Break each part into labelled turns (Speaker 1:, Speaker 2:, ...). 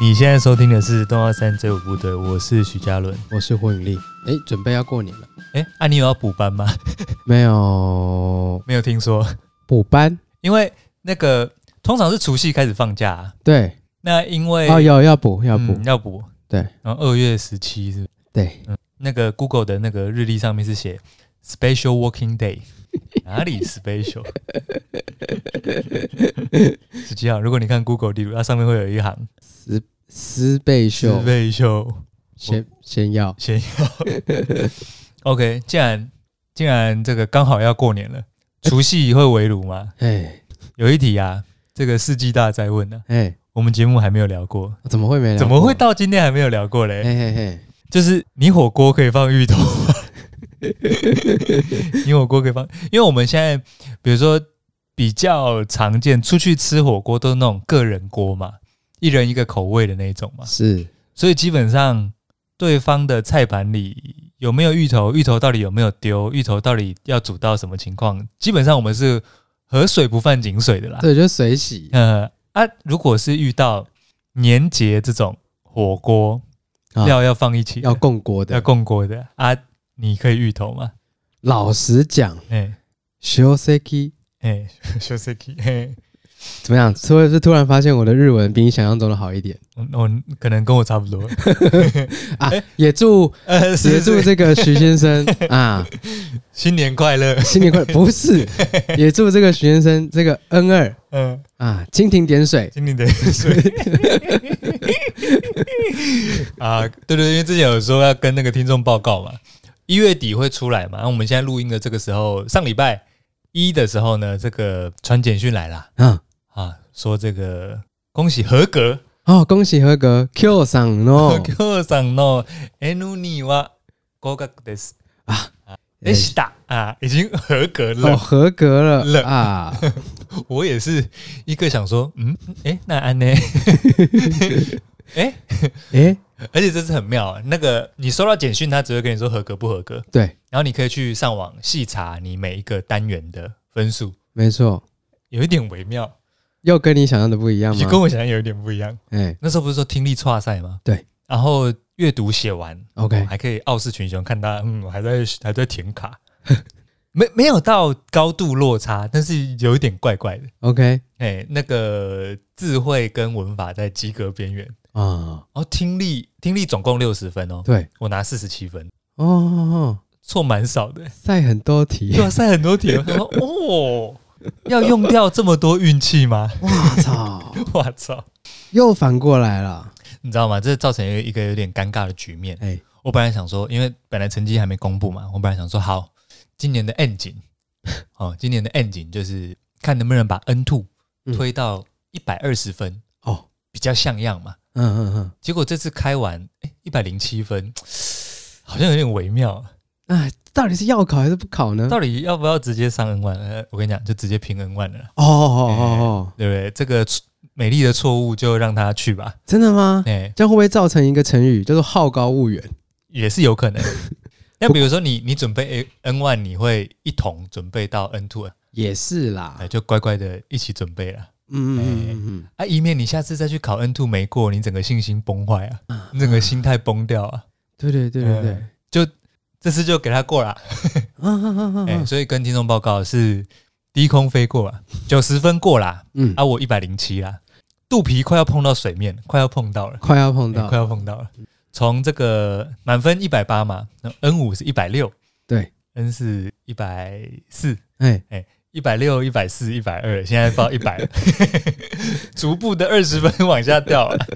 Speaker 1: 你现在收听的是《动画三追舞部队》，我是许嘉伦。
Speaker 2: 我是霍永利。哎，准备要过年了，
Speaker 1: 哎、啊，你有要补班吗？
Speaker 2: 没有
Speaker 1: 没有听说，
Speaker 2: 补班？
Speaker 1: 因为那个通常是除夕开始放假、啊，
Speaker 2: 对，
Speaker 1: 那因为
Speaker 2: 哦，有要补要补
Speaker 1: 哎嗯，要补，
Speaker 2: 对，
Speaker 1: 然后二月十七是不是
Speaker 2: 对，
Speaker 1: 那个 Google 的那个日历上面是写 Special Working Day，哪 里 Special？实际上，如果你看 Google 地图，它上面会有一行
Speaker 2: 十倍秀
Speaker 1: Special
Speaker 2: 先先要，
Speaker 1: 先要。OK，既然既然这个刚好要过 年了，除夕会围炉吗？
Speaker 2: 哎
Speaker 1: 有一题啊，这个世纪大灾问呢、
Speaker 2: 哎，
Speaker 1: 我们节目还没有聊过，
Speaker 2: 怎么会没聊过？哎
Speaker 1: 怎么会到今天还没有聊过嘞？
Speaker 2: 嘿嘿嘿，
Speaker 1: 就是你火锅可以放芋头吗？ 你火锅可以放，因为我们现在比如说比较常见出去吃火锅都是那种个人锅嘛，一人一个口味的那种嘛，
Speaker 2: 是
Speaker 1: 所以基本上对方的菜盘里有没有芋头，芋头到底有没有丢，芋头到底要煮到什么情况，基本上我们是河水不犯井水的啦。
Speaker 2: 对，就水洗
Speaker 1: 呃啊，如果是遇到年节这种火锅
Speaker 2: 啊
Speaker 1: 料要放一起的，
Speaker 2: 要共锅
Speaker 1: 要
Speaker 2: 的。
Speaker 1: 共锅的啊，你可以芋头吗？
Speaker 2: 老实讲
Speaker 1: 哎
Speaker 2: ，shioseki
Speaker 1: 哎 s h o s e k i 哎，
Speaker 2: 怎么样？是不是突然发现我的日文比你想象中的好一点
Speaker 1: 我我可能跟我差不多，
Speaker 2: 啊
Speaker 1: 哎？
Speaker 2: 也祝
Speaker 1: 呃，是
Speaker 2: 也祝
Speaker 1: 是
Speaker 2: 这个徐 先生啊，
Speaker 1: 新年快乐，
Speaker 2: 新年快乐！不是，也祝这个徐先生这个 N 二
Speaker 1: 嗯、
Speaker 2: 啊，蜻蜓点水。
Speaker 1: 今年的水啊，对对，对因为之前有说要跟那个听众报告嘛，一月底会出来嘛。那我们现在录音的这个时候，上礼拜一的时候呢，这个传简讯来啦，
Speaker 2: 啊，
Speaker 1: 啊，说这个恭喜合格，
Speaker 2: 哦，恭喜合格，Q 上 no
Speaker 1: 给我上の N には合格です。
Speaker 2: 啊，
Speaker 1: でした啊，已经合格
Speaker 2: 哦，
Speaker 1: 了。
Speaker 2: 合格了
Speaker 1: 冷
Speaker 2: 啊，
Speaker 1: 我也是一个想说，嗯，哎，那安呢？ 哎，
Speaker 2: 诶，
Speaker 1: 而且这次很妙、啊那个你收到简讯，他只会跟你说合格不合格，
Speaker 2: 对，
Speaker 1: 然后你可以去上网细查你每一个单元的分数，
Speaker 2: 没错，
Speaker 1: 有一点微妙，
Speaker 2: 又跟你想象的不一样
Speaker 1: 就跟
Speaker 2: 吗？
Speaker 1: 我想象有一点不一样。
Speaker 2: 哎
Speaker 1: 那时候不是说听力差赛吗？
Speaker 2: 对，
Speaker 1: 然后阅读写完，哦
Speaker 2: ，OK，
Speaker 1: 还可以傲视群雄，看他嗯还在还在填 卡，没没有到高度落差，但是有一点怪怪的。
Speaker 2: OK
Speaker 1: 哎，那个智慧跟文法在及格边缘，
Speaker 2: 啊，
Speaker 1: 然后听力听力总共六十分哦，
Speaker 2: 对，
Speaker 1: 我拿四十七分，
Speaker 2: 哦哦，哦
Speaker 1: 错蛮少的。
Speaker 2: 赛很多题
Speaker 1: 对，啊，塞很多题。我想说，哦，要用掉这么多运气吗？
Speaker 2: 哇操，
Speaker 1: 我操！
Speaker 2: 又反过来了，
Speaker 1: 你知道吗？这造成一个有点尴尬的局面。
Speaker 2: 哎，
Speaker 1: 我本来想说，因为本来成绩还没公布嘛，我本来想说，好，今年的 N 景，哦，今年的 N 景就是看能不能把 N two
Speaker 2: 嗯
Speaker 1: 推到一百二十分，
Speaker 2: 哦，
Speaker 1: 比较像样嘛。
Speaker 2: 嗯嗯嗯。
Speaker 1: 结果这次开完，哎，一百零七分，好像有点微妙。啊
Speaker 2: 哎，到底是要考还是不考呢？哦
Speaker 1: 到底要不要直接上 N one？呃我跟你讲，就直接拼 N one 了啦。
Speaker 2: 哦哦哦，
Speaker 1: 对不对？这个错美丽的错误就让他去吧，
Speaker 2: 真的吗？
Speaker 1: 哎、
Speaker 2: 这样会不会造成一个成语叫做“好高骛远
Speaker 1: 也是有可能。那比如说你你准备 N one，你会一同准备到 N two，”？啊
Speaker 2: 也是啦
Speaker 1: 哎，，就乖乖的一起准备了
Speaker 2: 嗯嗯嗯嗯
Speaker 1: 啊，以免你下次再去考 N two 没过，你整个信心崩坏啊，
Speaker 2: 嗯啊，
Speaker 1: 你整个心态崩掉啊，
Speaker 2: 对对对对对，
Speaker 1: 嗯这次就给他过了，
Speaker 2: 啊啊啊啊
Speaker 1: 哎、
Speaker 2: 啊！
Speaker 1: 所以跟听众报告是低空飞过啊，九十分过啦，
Speaker 2: 嗯，
Speaker 1: 啊，我一百零七啦，肚皮快要碰到水面，快要碰到了。
Speaker 2: 快要碰
Speaker 1: 欸快
Speaker 2: 到，
Speaker 1: 要碰到了。从这个满分一百八嘛，那 N 五是一百六，
Speaker 2: 对
Speaker 1: ，N 是一百四，
Speaker 2: 哎，
Speaker 1: 一百六、一百四、一百二，现在到一 百，逐步的二十分往下 掉了。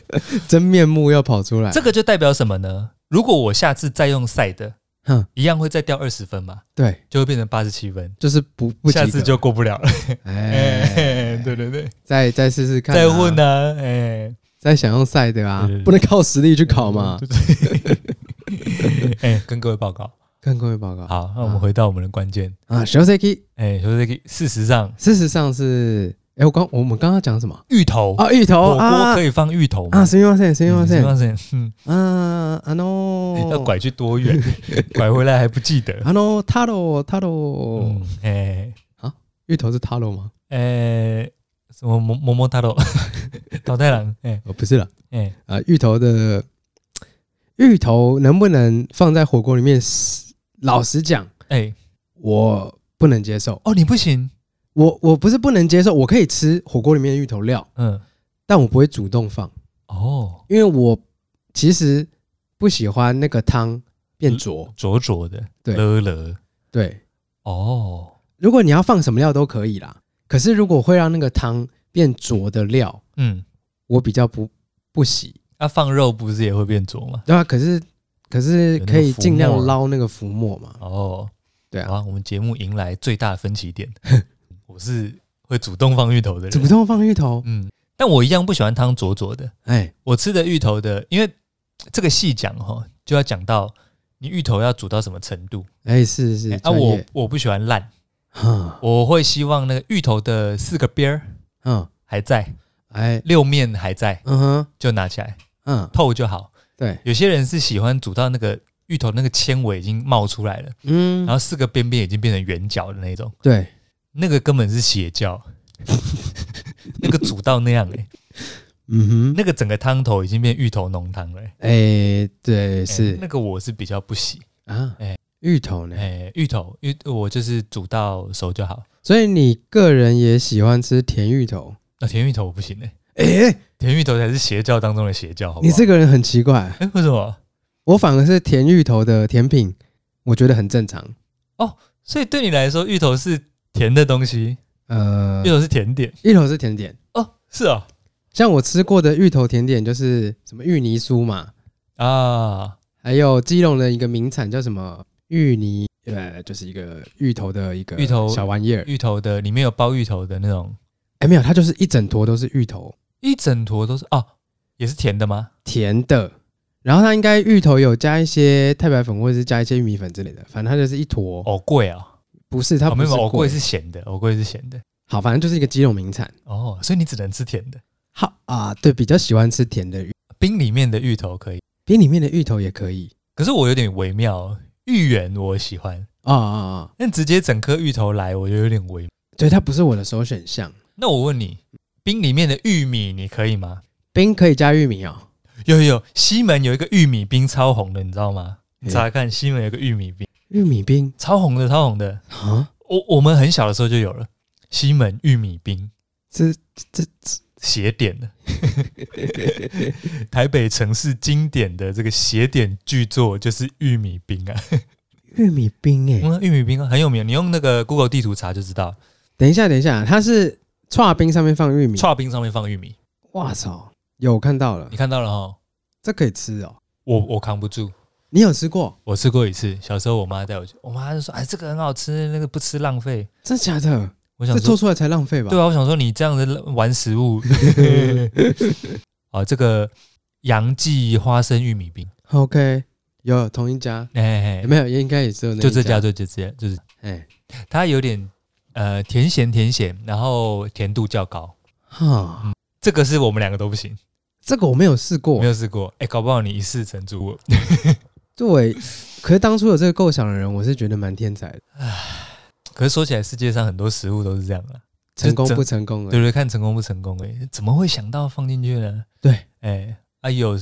Speaker 2: 真面目要跑出来，
Speaker 1: 这个就代表什么呢？如果我下次再用赛的，
Speaker 2: 哼，
Speaker 1: 一样会再掉二十分嘛，
Speaker 2: 对，
Speaker 1: 就会变成八十七分，
Speaker 2: 就是不不及格
Speaker 1: 下次就过不了了。
Speaker 2: 哎，
Speaker 1: 对对对，
Speaker 2: 再再试试看，
Speaker 1: 再问
Speaker 2: 呢，
Speaker 1: 啊，哎、
Speaker 2: 再想用赛的啊
Speaker 1: 对对嗯对，
Speaker 2: 不能靠实力去考嘛。
Speaker 1: 对对对 哎、跟各位报告。
Speaker 2: 看各位报告
Speaker 1: 好，那我们回到我们的关键。
Speaker 2: 啊 s h o s e k i
Speaker 1: 哎、说这个，事实上，
Speaker 2: 事实上是，哎，我刚我们刚刚讲什么？
Speaker 1: 芋头，
Speaker 2: 啊，芋
Speaker 1: 火
Speaker 2: 头
Speaker 1: 锅
Speaker 2: 啊
Speaker 1: 可以放芋头吗？
Speaker 2: 啊，すみません，すみま
Speaker 1: 嗯
Speaker 2: せん，
Speaker 1: すいません
Speaker 2: 啊，あの
Speaker 1: 嗯，
Speaker 2: ー
Speaker 1: 要拐去多远？ 拐回来还不记得。
Speaker 2: あのータロータロー
Speaker 1: 嗯，哎
Speaker 2: 芋头是タロー吗？
Speaker 1: 哎，什么么么么大 豆桃太郎，哎
Speaker 2: 哦，不是了，
Speaker 1: 哎，
Speaker 2: 啊，芋头的芋头能不能放在火锅里面？老实讲，
Speaker 1: 哎，
Speaker 2: 我不能接受。
Speaker 1: 哦，你不行，
Speaker 2: 我我不是不能接受，我可以吃火锅里面的芋头料，
Speaker 1: 嗯，
Speaker 2: 但我不会主动放，
Speaker 1: 哦，
Speaker 2: 因为我其实不喜欢那个汤变浊。
Speaker 1: 灼灼的，
Speaker 2: 对
Speaker 1: 了了，
Speaker 2: 对，
Speaker 1: 哦，
Speaker 2: 如果你要放什么料都可以啦，可是如果会让那个汤变浊的料，
Speaker 1: 嗯，
Speaker 2: 我比较不不喜。
Speaker 1: 那放肉不是也会变浊吗？
Speaker 2: 对啊，可是可是可以尽量捞那个浮沫嘛。
Speaker 1: 哦，
Speaker 2: 对啊
Speaker 1: 好，我们节目迎来最大分歧点， 我是会主动放芋头的
Speaker 2: 主
Speaker 1: 人，
Speaker 2: 动放芋头，
Speaker 1: 嗯，但我一样不喜欢汤灼灼的，
Speaker 2: 哎，
Speaker 1: 我吃的芋头的，因为这个细讲哈，就要讲到你芋头要煮到什么程度。
Speaker 2: 哎、是是
Speaker 1: 哎啊，
Speaker 2: 专
Speaker 1: 我
Speaker 2: 业，
Speaker 1: 我不喜欢烂，
Speaker 2: 哈
Speaker 1: 我会希望那个芋头的四个边儿
Speaker 2: 嗯，
Speaker 1: 还在，
Speaker 2: 哎，
Speaker 1: 六面还在，
Speaker 2: 嗯哼，
Speaker 1: 就拿起来
Speaker 2: 嗯，
Speaker 1: 透就好。
Speaker 2: 对，
Speaker 1: 有些人是喜欢煮到那个芋头那个纤维已经冒出来了，
Speaker 2: 嗯
Speaker 1: 然，后四个边边已经变成圆角的那种，
Speaker 2: 对，
Speaker 1: 那个根本是邪教。 那个煮到那样哎、
Speaker 2: 嗯哼，
Speaker 1: 那个整个汤头已经变芋头浓汤了、欸
Speaker 2: 哎、对，
Speaker 1: 哎
Speaker 2: 是、
Speaker 1: 那个我是比较不喜。
Speaker 2: 啊，
Speaker 1: 哎
Speaker 2: 芋头呢？
Speaker 1: 哎、芋头芋，我就是煮到熟就好。
Speaker 2: 所以你个人也喜欢吃甜芋头？
Speaker 1: 那、甜芋头我不行哎、
Speaker 2: 哎、
Speaker 1: 甜芋头才是邪教当中的邪教，好不好？
Speaker 2: 你这个人很奇怪，
Speaker 1: 哎、为什么？
Speaker 2: 我反而是甜芋头的甜品，我觉得很正常。
Speaker 1: 所以对你来说，芋头是甜的东西，
Speaker 2: 呃
Speaker 1: 芋，头是甜点
Speaker 2: 芋头是甜点，
Speaker 1: 哦，是哦
Speaker 2: 像我吃过的芋头甜点就是什么芋泥酥嘛，
Speaker 1: 啊，
Speaker 2: 还有基隆的一个名产叫什么芋泥，呃，就是一个芋头的一个
Speaker 1: 芋头
Speaker 2: 小玩意儿。
Speaker 1: 芋头的里面有包芋头的那种，
Speaker 2: 哎、没有，它就是一整坨都是芋头，
Speaker 1: 一整坨都是哦，也是甜的吗？
Speaker 2: 甜的。然后它应该芋头有加一些太白粉，或者是加一些玉米粉之类的，反正它就是一坨。
Speaker 1: 藕桂啊，
Speaker 2: 不是，它
Speaker 1: 哦
Speaker 2: 不
Speaker 1: 没
Speaker 2: 是
Speaker 1: 有藕
Speaker 2: 贵
Speaker 1: 桂是咸的，藕桂是咸的
Speaker 2: 好，反正就是一个基隆名产。
Speaker 1: 哦，所以你只能吃甜的。
Speaker 2: 好啊、对，比较喜欢吃甜的芋，
Speaker 1: 冰里面的芋头可以，
Speaker 2: 冰里面的芋头也可以
Speaker 1: 可是我有点微妙哦，芋圆我喜欢，
Speaker 2: 啊啊啊！
Speaker 1: 但直接整颗芋头来，我就有点微妙。
Speaker 2: 对，它不是我的首选项。
Speaker 1: 那我问你，冰里面的玉米你可以吗？
Speaker 2: 冰可以加玉米哦，
Speaker 1: 有有有，西门有一个玉米冰超红的，你知道吗？你
Speaker 2: 嗯
Speaker 1: 查看西门有个玉米冰，
Speaker 2: 玉米冰
Speaker 1: 超红的，超红的。
Speaker 2: 啊，
Speaker 1: 我我们很小的时候就有了，西门玉米冰
Speaker 2: 这
Speaker 1: 斜点的，台北城市经典的这个斜点巨作就是玉米冰啊，
Speaker 2: 玉米冰哎、
Speaker 1: 嗯，玉米冰很有名，你用那个 Google 地图查就知道，
Speaker 2: 等一下，等一下，它是串冰上面放玉米，
Speaker 1: 串冰上面放玉米，
Speaker 2: 哇操，有看到了
Speaker 1: 你，看到了哈？
Speaker 2: 这可以吃哦。
Speaker 1: 我我扛不住，
Speaker 2: 你有吃过？
Speaker 1: 我吃过一次，小时候我妈带我去，我妈就说：“哎，这个很好吃，那个不吃浪费。
Speaker 2: 真假的？”
Speaker 1: 我想
Speaker 2: 这
Speaker 1: 说。
Speaker 2: 做出来才浪费吧？
Speaker 1: 对啊，我想说你这样子玩食 物， 啊，这个杨记花生玉米饼，
Speaker 2: ，OK，有同一家，
Speaker 1: 哎、
Speaker 2: 没有，也应该也只有那一
Speaker 1: 就这家，。就这家，就是
Speaker 2: 哎，
Speaker 1: 它有点呃甜咸甜咸，然后甜度较高。
Speaker 2: 哈，
Speaker 1: 这个是我们两个都不行，
Speaker 2: 这个我没有试过
Speaker 1: 没，有试过。哎、搞不好你一试成主我。
Speaker 2: 对，可是当初有这个构想的人，我是觉得蛮天才的，
Speaker 1: 可是说起来，世界上很多食物都是这样啊，这
Speaker 2: 成功
Speaker 1: 整
Speaker 2: 不成功而
Speaker 1: 对
Speaker 2: 已。
Speaker 1: 不对？看成功不成功、哎，怎么会想到放进去呢？
Speaker 2: 对，
Speaker 1: 哎、啊有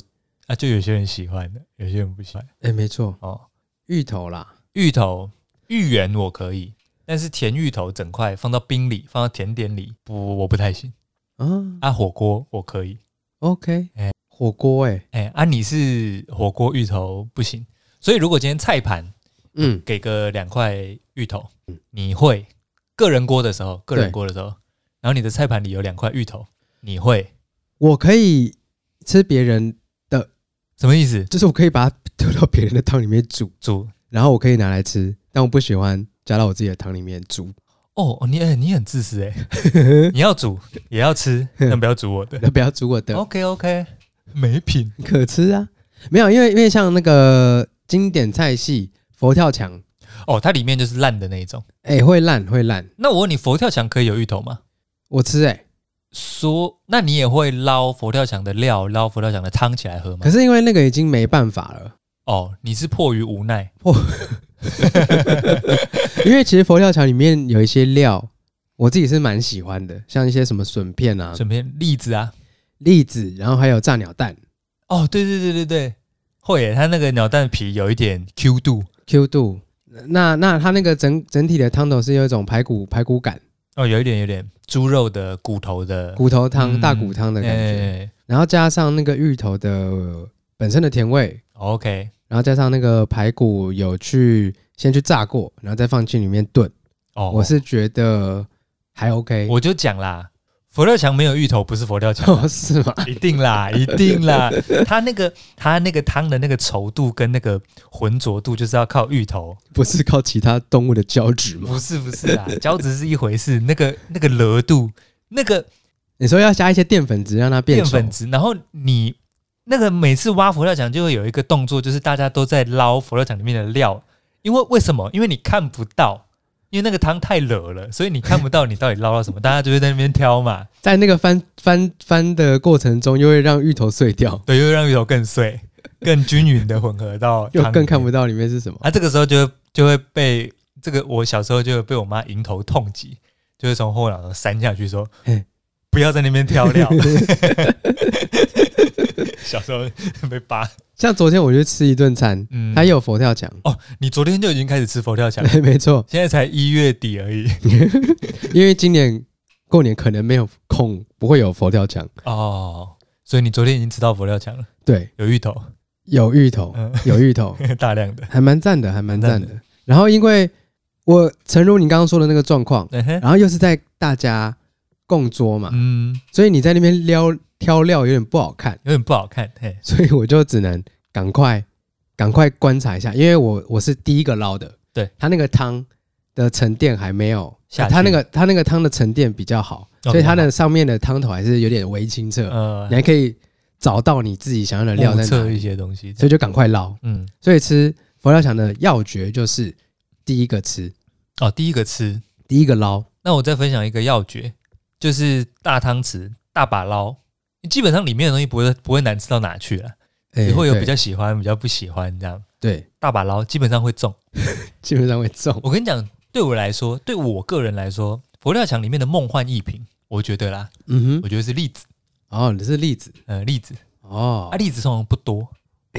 Speaker 1: 啊，就有些人喜欢的，有些人不喜欢
Speaker 2: 哎，没错，
Speaker 1: 哦。
Speaker 2: 芋头啦，
Speaker 1: 芋头、芋圆我可以，但是甜芋头整块放到冰里、放到甜点里，不，我不太行。
Speaker 2: 啊
Speaker 1: 啊，火锅我可以，
Speaker 2: ，OK，
Speaker 1: 哎
Speaker 2: 火锅，哎，
Speaker 1: 哎、啊，你是火锅芋头不行，所以如果今天菜盘
Speaker 2: 嗯，
Speaker 1: 给个两块芋头，你会个人锅的时候，个人锅的时候，然后你的菜盘里有两块芋头，你会
Speaker 2: 我可以吃别人，
Speaker 1: 什么意思？
Speaker 2: 就是我可以把它丢到别人的汤里面煮，
Speaker 1: 煮
Speaker 2: 然后我可以拿来吃，但我不喜欢加到我自己的汤里面煮，
Speaker 1: 哦，你哎、你很自 私哎、你要煮也要吃，
Speaker 2: 嗯
Speaker 1: 但不要煮我的。
Speaker 2: 不要煮我的，
Speaker 1: OK OK，没品。
Speaker 2: 可吃啊。没有，因为因为像那个经典菜系佛跳墙，
Speaker 1: 哦，它里面就是烂的那一种。
Speaker 2: 哎，会烂会烂，
Speaker 1: 那我问你，佛跳墙可以有芋头吗？
Speaker 2: 我吃哎，
Speaker 1: 说，那你也会捞佛跳墙的料，捞佛跳墙的汤起来喝吗
Speaker 2: 可？是因为那个已经没办法了。
Speaker 1: 哦，你是迫于无奈
Speaker 2: 因为其实佛跳墙里面有一些料，我自己是蛮喜欢的，像一些什么笋片啊、
Speaker 1: 顺便栗子啊，
Speaker 2: 栗子，然后还有炸鸟蛋
Speaker 1: 哦，对对对对对，会耶，它那个鸟蛋皮有一点 Q 度，
Speaker 2: Q 度。那那它那个整整体的汤头是有一种排骨排骨感，
Speaker 1: 哦，有一点有点猪肉的骨头的
Speaker 2: 骨头汤、
Speaker 1: 嗯
Speaker 2: 大骨汤的感觉，
Speaker 1: 哎
Speaker 2: 然后加上那个芋头的呃本身的甜味，
Speaker 1: OK，
Speaker 2: 然后加上那个排骨有去先去炸过，然后再放进里面炖，
Speaker 1: 哦，
Speaker 2: 我是觉得还 OK，
Speaker 1: 我就讲啦，佛跳墙没有芋头不是佛跳墙，
Speaker 2: 哦 是吗？
Speaker 1: 一定啦，一定啦，它那个它那个汤的那个稠度跟那个浑浊度就是要靠芋头，
Speaker 2: 不是靠其他动物的胶质吗？
Speaker 1: 不是不是啦，胶质是一回事，那个那个热度，那个
Speaker 2: 你说要加一些淀粉质让它变
Speaker 1: 淀
Speaker 2: 稠
Speaker 1: 粉质，然后你那个每次挖佛跳墙就会有一个动作，就是大家都在捞佛跳墙里面的料，因为为什么？因为你看不到。因为那个汤太惹了，所以你看不到你到底捞到什么，大家就会在那边挑嘛，
Speaker 2: 在那个翻翻翻的过程中，又会让芋头碎 掉，
Speaker 1: 对，又让芋头更碎、更均匀的混合到
Speaker 2: 又
Speaker 1: 汤里
Speaker 2: 更
Speaker 1: 面
Speaker 2: 看不到里面是什么。
Speaker 1: 啊，这个时候就会就会被这个我小时候就会被我妈迎头痛击，就会从后脑勺扇下去说
Speaker 2: 嘿：“
Speaker 1: 不要在那边挑 料。” 小时候被扒。
Speaker 2: 像昨天我去吃一顿餐，
Speaker 1: 嗯
Speaker 2: 它也有佛跳墙，
Speaker 1: 哦，你昨天就已经开始吃佛跳墙了，
Speaker 2: 对， 没错，
Speaker 1: 现在才一月底而已。
Speaker 2: 因为今年过年可能没有空，不会有佛跳墙。
Speaker 1: 哦，所以你昨天已经吃到佛跳墙了，
Speaker 2: 对，
Speaker 1: 有芋头，
Speaker 2: 有芋头，
Speaker 1: 嗯，
Speaker 2: 有芋头，
Speaker 1: 大量的。
Speaker 2: 还蛮赞的，还蛮赞
Speaker 1: 蛮
Speaker 2: 的。然后因为我诚如你刚刚说的那个状况，
Speaker 1: 嗯哼
Speaker 2: 然后又是在大家共桌嘛，
Speaker 1: 嗯，
Speaker 2: 所以你在那边撩挑料有点不好看，
Speaker 1: 有点不好看，嘿，
Speaker 2: 所以我就只能赶快赶快观察一下，因为我我是第一个捞的，
Speaker 1: 对，
Speaker 2: 它那个汤的沉淀还没有
Speaker 1: 下去
Speaker 2: 它那个它那个汤的沉淀比较好，
Speaker 1: 哦
Speaker 2: 所以它
Speaker 1: 比较
Speaker 2: 的上面的汤头还是有点微清澈，
Speaker 1: 呃
Speaker 2: 你，还可以找到你自己想要的料
Speaker 1: 目
Speaker 2: 在哪
Speaker 1: 测一
Speaker 2: 里，
Speaker 1: 些东西，
Speaker 2: 所以就赶快捞。
Speaker 1: 嗯，
Speaker 2: 所以吃佛跳墙的要诀就是第一个吃，
Speaker 1: 哦，第一个吃，
Speaker 2: 第一个捞，
Speaker 1: 那我再分享一个要诀，就是大汤匙大把捞，基本上里面的东西不会不会难吃到哪去了，
Speaker 2: 哎
Speaker 1: 也会有比
Speaker 2: 对
Speaker 1: 较喜欢、比较不喜欢这样。
Speaker 2: 对，
Speaker 1: 大把捞基本上会中。
Speaker 2: 基本上会中。
Speaker 1: 我跟你讲，对我来说，对我个人来说，佛跳墙里面的梦幻一品，我觉得啦，
Speaker 2: 嗯哼，
Speaker 1: 我觉得是栗子，
Speaker 2: 哦，你是栗子
Speaker 1: 呃，栗子
Speaker 2: 哦，
Speaker 1: 啊，
Speaker 2: 哎、
Speaker 1: 栗子通常不多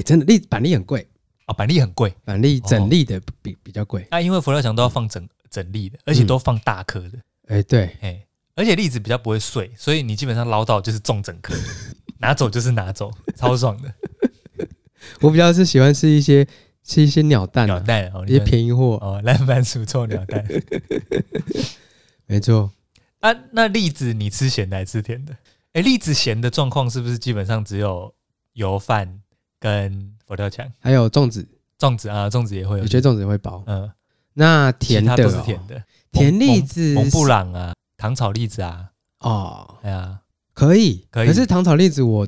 Speaker 2: 真的栗板栗很贵，
Speaker 1: 啊，板栗很贵，
Speaker 2: 板栗整粒的比比较贵。
Speaker 1: 啊，因为佛跳墙都要放整整粒的，而且都放大颗的，
Speaker 2: 哎、对，
Speaker 1: 哎、而且栗子比较不会碎，所以你基本上捞到就是中整颗，拿走就是拿走，超爽的。
Speaker 2: 我比较是喜欢吃一些吃一些鸟蛋、
Speaker 1: 鸟
Speaker 2: 啊，
Speaker 1: 蛋哦，你
Speaker 2: 一些
Speaker 1: 看
Speaker 2: 便宜货，
Speaker 1: 哦，烂番薯臭鸟蛋
Speaker 2: 没错。
Speaker 1: 啊。那栗子你吃咸的还是吃甜的？哎、栗子咸的状况是不是基本上只有油饭跟佛跳墙、
Speaker 2: 还有粽子，
Speaker 1: 粽子啊？粽子也会有
Speaker 2: 有，些粽子会包。
Speaker 1: 嗯，
Speaker 2: 那
Speaker 1: 其
Speaker 2: 甜的、
Speaker 1: 他
Speaker 2: 哦、
Speaker 1: 都是甜的，
Speaker 2: 甜栗
Speaker 1: 蒙
Speaker 2: 子
Speaker 1: 蒙布朗啊，糖炒栗子啊，
Speaker 2: 哦，
Speaker 1: 哎呀，
Speaker 2: 可以，
Speaker 1: 可以
Speaker 2: 是糖炒栗子我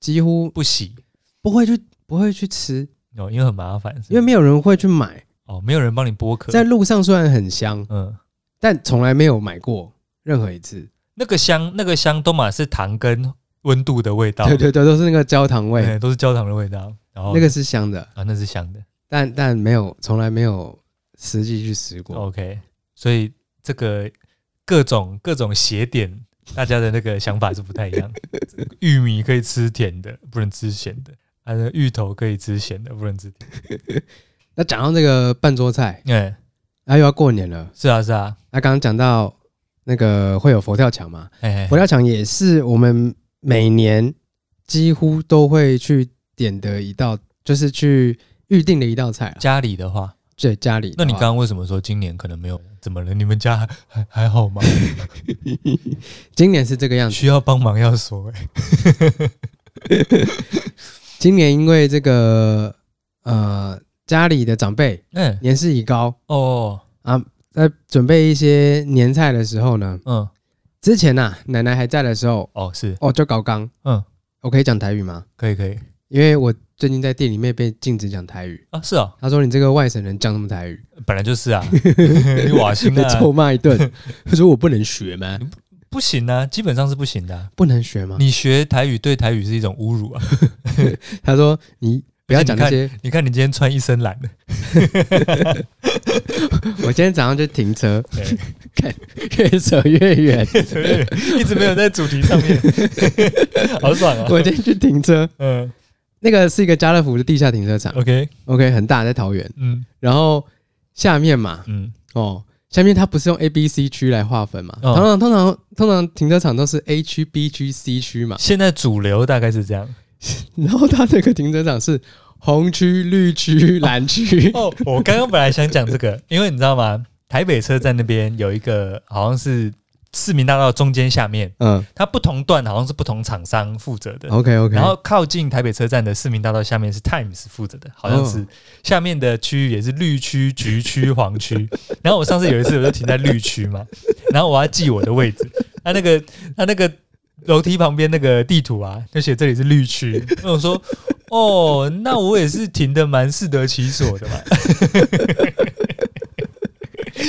Speaker 2: 几乎
Speaker 1: 不洗
Speaker 2: 不会去，不会去吃，
Speaker 1: 哦，因为很麻烦，
Speaker 2: 因为没
Speaker 1: 有
Speaker 2: 有人会去买。
Speaker 1: 哦，没有人帮你剥壳，
Speaker 2: 在路上虽然很香，
Speaker 1: 嗯，
Speaker 2: 但从来没有买过任何一次。
Speaker 1: 那个香那个香都嘛是糖跟温度的味道，
Speaker 2: 对对对，都是那个焦糖味，
Speaker 1: 嗯，都是焦糖的味道，然后
Speaker 2: 那个是香的，
Speaker 1: 啊那是香的。
Speaker 2: 但但没有，从来没有实际去吃过。
Speaker 1: OK，所以这个各种各种邪点，大家的那个想法是不太一 样。玉米可以吃甜的，不能吃咸的；啊，那芋头可以吃咸的，不能吃甜
Speaker 2: 那讲到这个半桌菜，
Speaker 1: 的。哎、
Speaker 2: 那、啊、又要过年了。
Speaker 1: 是啊，是啊，
Speaker 2: 那刚刚讲到那个会有佛跳墙嘛，
Speaker 1: 哎、
Speaker 2: 佛跳墙也是我们每年几乎都会去点的一道，就是去预定的一道菜了。
Speaker 1: 家里的话，
Speaker 2: 对，家里的
Speaker 1: 那
Speaker 2: 话。
Speaker 1: 你刚刚为什么说今年可能没有？怎么了？你们家还还好吗？
Speaker 2: 今年是这个样子，
Speaker 1: 需要帮忙要说、哎，
Speaker 2: 今年因为这个呃家里的长辈
Speaker 1: 嗯，
Speaker 2: 年事已高，
Speaker 1: 哦，
Speaker 2: 啊，在准备一些年菜的时候呢，
Speaker 1: 嗯，
Speaker 2: 之前呐、啊奶奶还在的时候，
Speaker 1: 哦，是，
Speaker 2: 哦，就搞刚，
Speaker 1: 嗯，
Speaker 2: 我可以讲台语吗？
Speaker 1: 可以，可以
Speaker 2: 因为我最近在店里面被禁止讲台语，
Speaker 1: 啊，是啊，
Speaker 2: 他说你这个外省人讲什么台语，
Speaker 1: 本来就是 啊，你瓦 辛
Speaker 2: 被
Speaker 1: 啊，
Speaker 2: 臭骂 一顿。他说我不能学吗？
Speaker 1: 不行啊，基本上是不行的啊、
Speaker 2: 不能学吗？
Speaker 1: 你学台语对台语是一种侮辱啊！
Speaker 2: 他说你不要讲那些。
Speaker 1: 你看你今天穿一身蓝的，
Speaker 2: 我今天早上就停车，
Speaker 1: 对
Speaker 2: 越扯越远。
Speaker 1: 一直没有在主题上 面，好爽啊！
Speaker 2: 我今天去停车，
Speaker 1: 嗯
Speaker 2: 那个是一个家乐福的地下停车场
Speaker 1: ，OK，
Speaker 2: ，OK，很大，在桃园。
Speaker 1: 嗯
Speaker 2: 然后下面嘛，
Speaker 1: 嗯
Speaker 2: 哦，下面它不是用 A、B、C 区来划分嘛？
Speaker 1: 嗯
Speaker 2: 通常通常通常停车场都是 A 区、B 区、C 区嘛。
Speaker 1: 现在主流大概是这样。
Speaker 2: 然后它那个停车场是红区、绿区、蓝 区。
Speaker 1: 哦，我刚刚本来想讲这个，因为你知道吗？台北车站那边有一个好像是市民大道中间下面，
Speaker 2: 嗯
Speaker 1: 它不同段好像是不同厂商负责的。
Speaker 2: ，OK OK。
Speaker 1: 然后靠近台北车站的市民大道下面是 Times 负责的，好像是、下面的区域也是绿区、橘区、黄区。 然后我上次有一次我就停在绿区嘛，然后我要记我的位置，他、那个他、那个楼梯旁边那个地图啊，就写这里是绿区。那我说哦，那我也是停的蛮适得其所的嘛。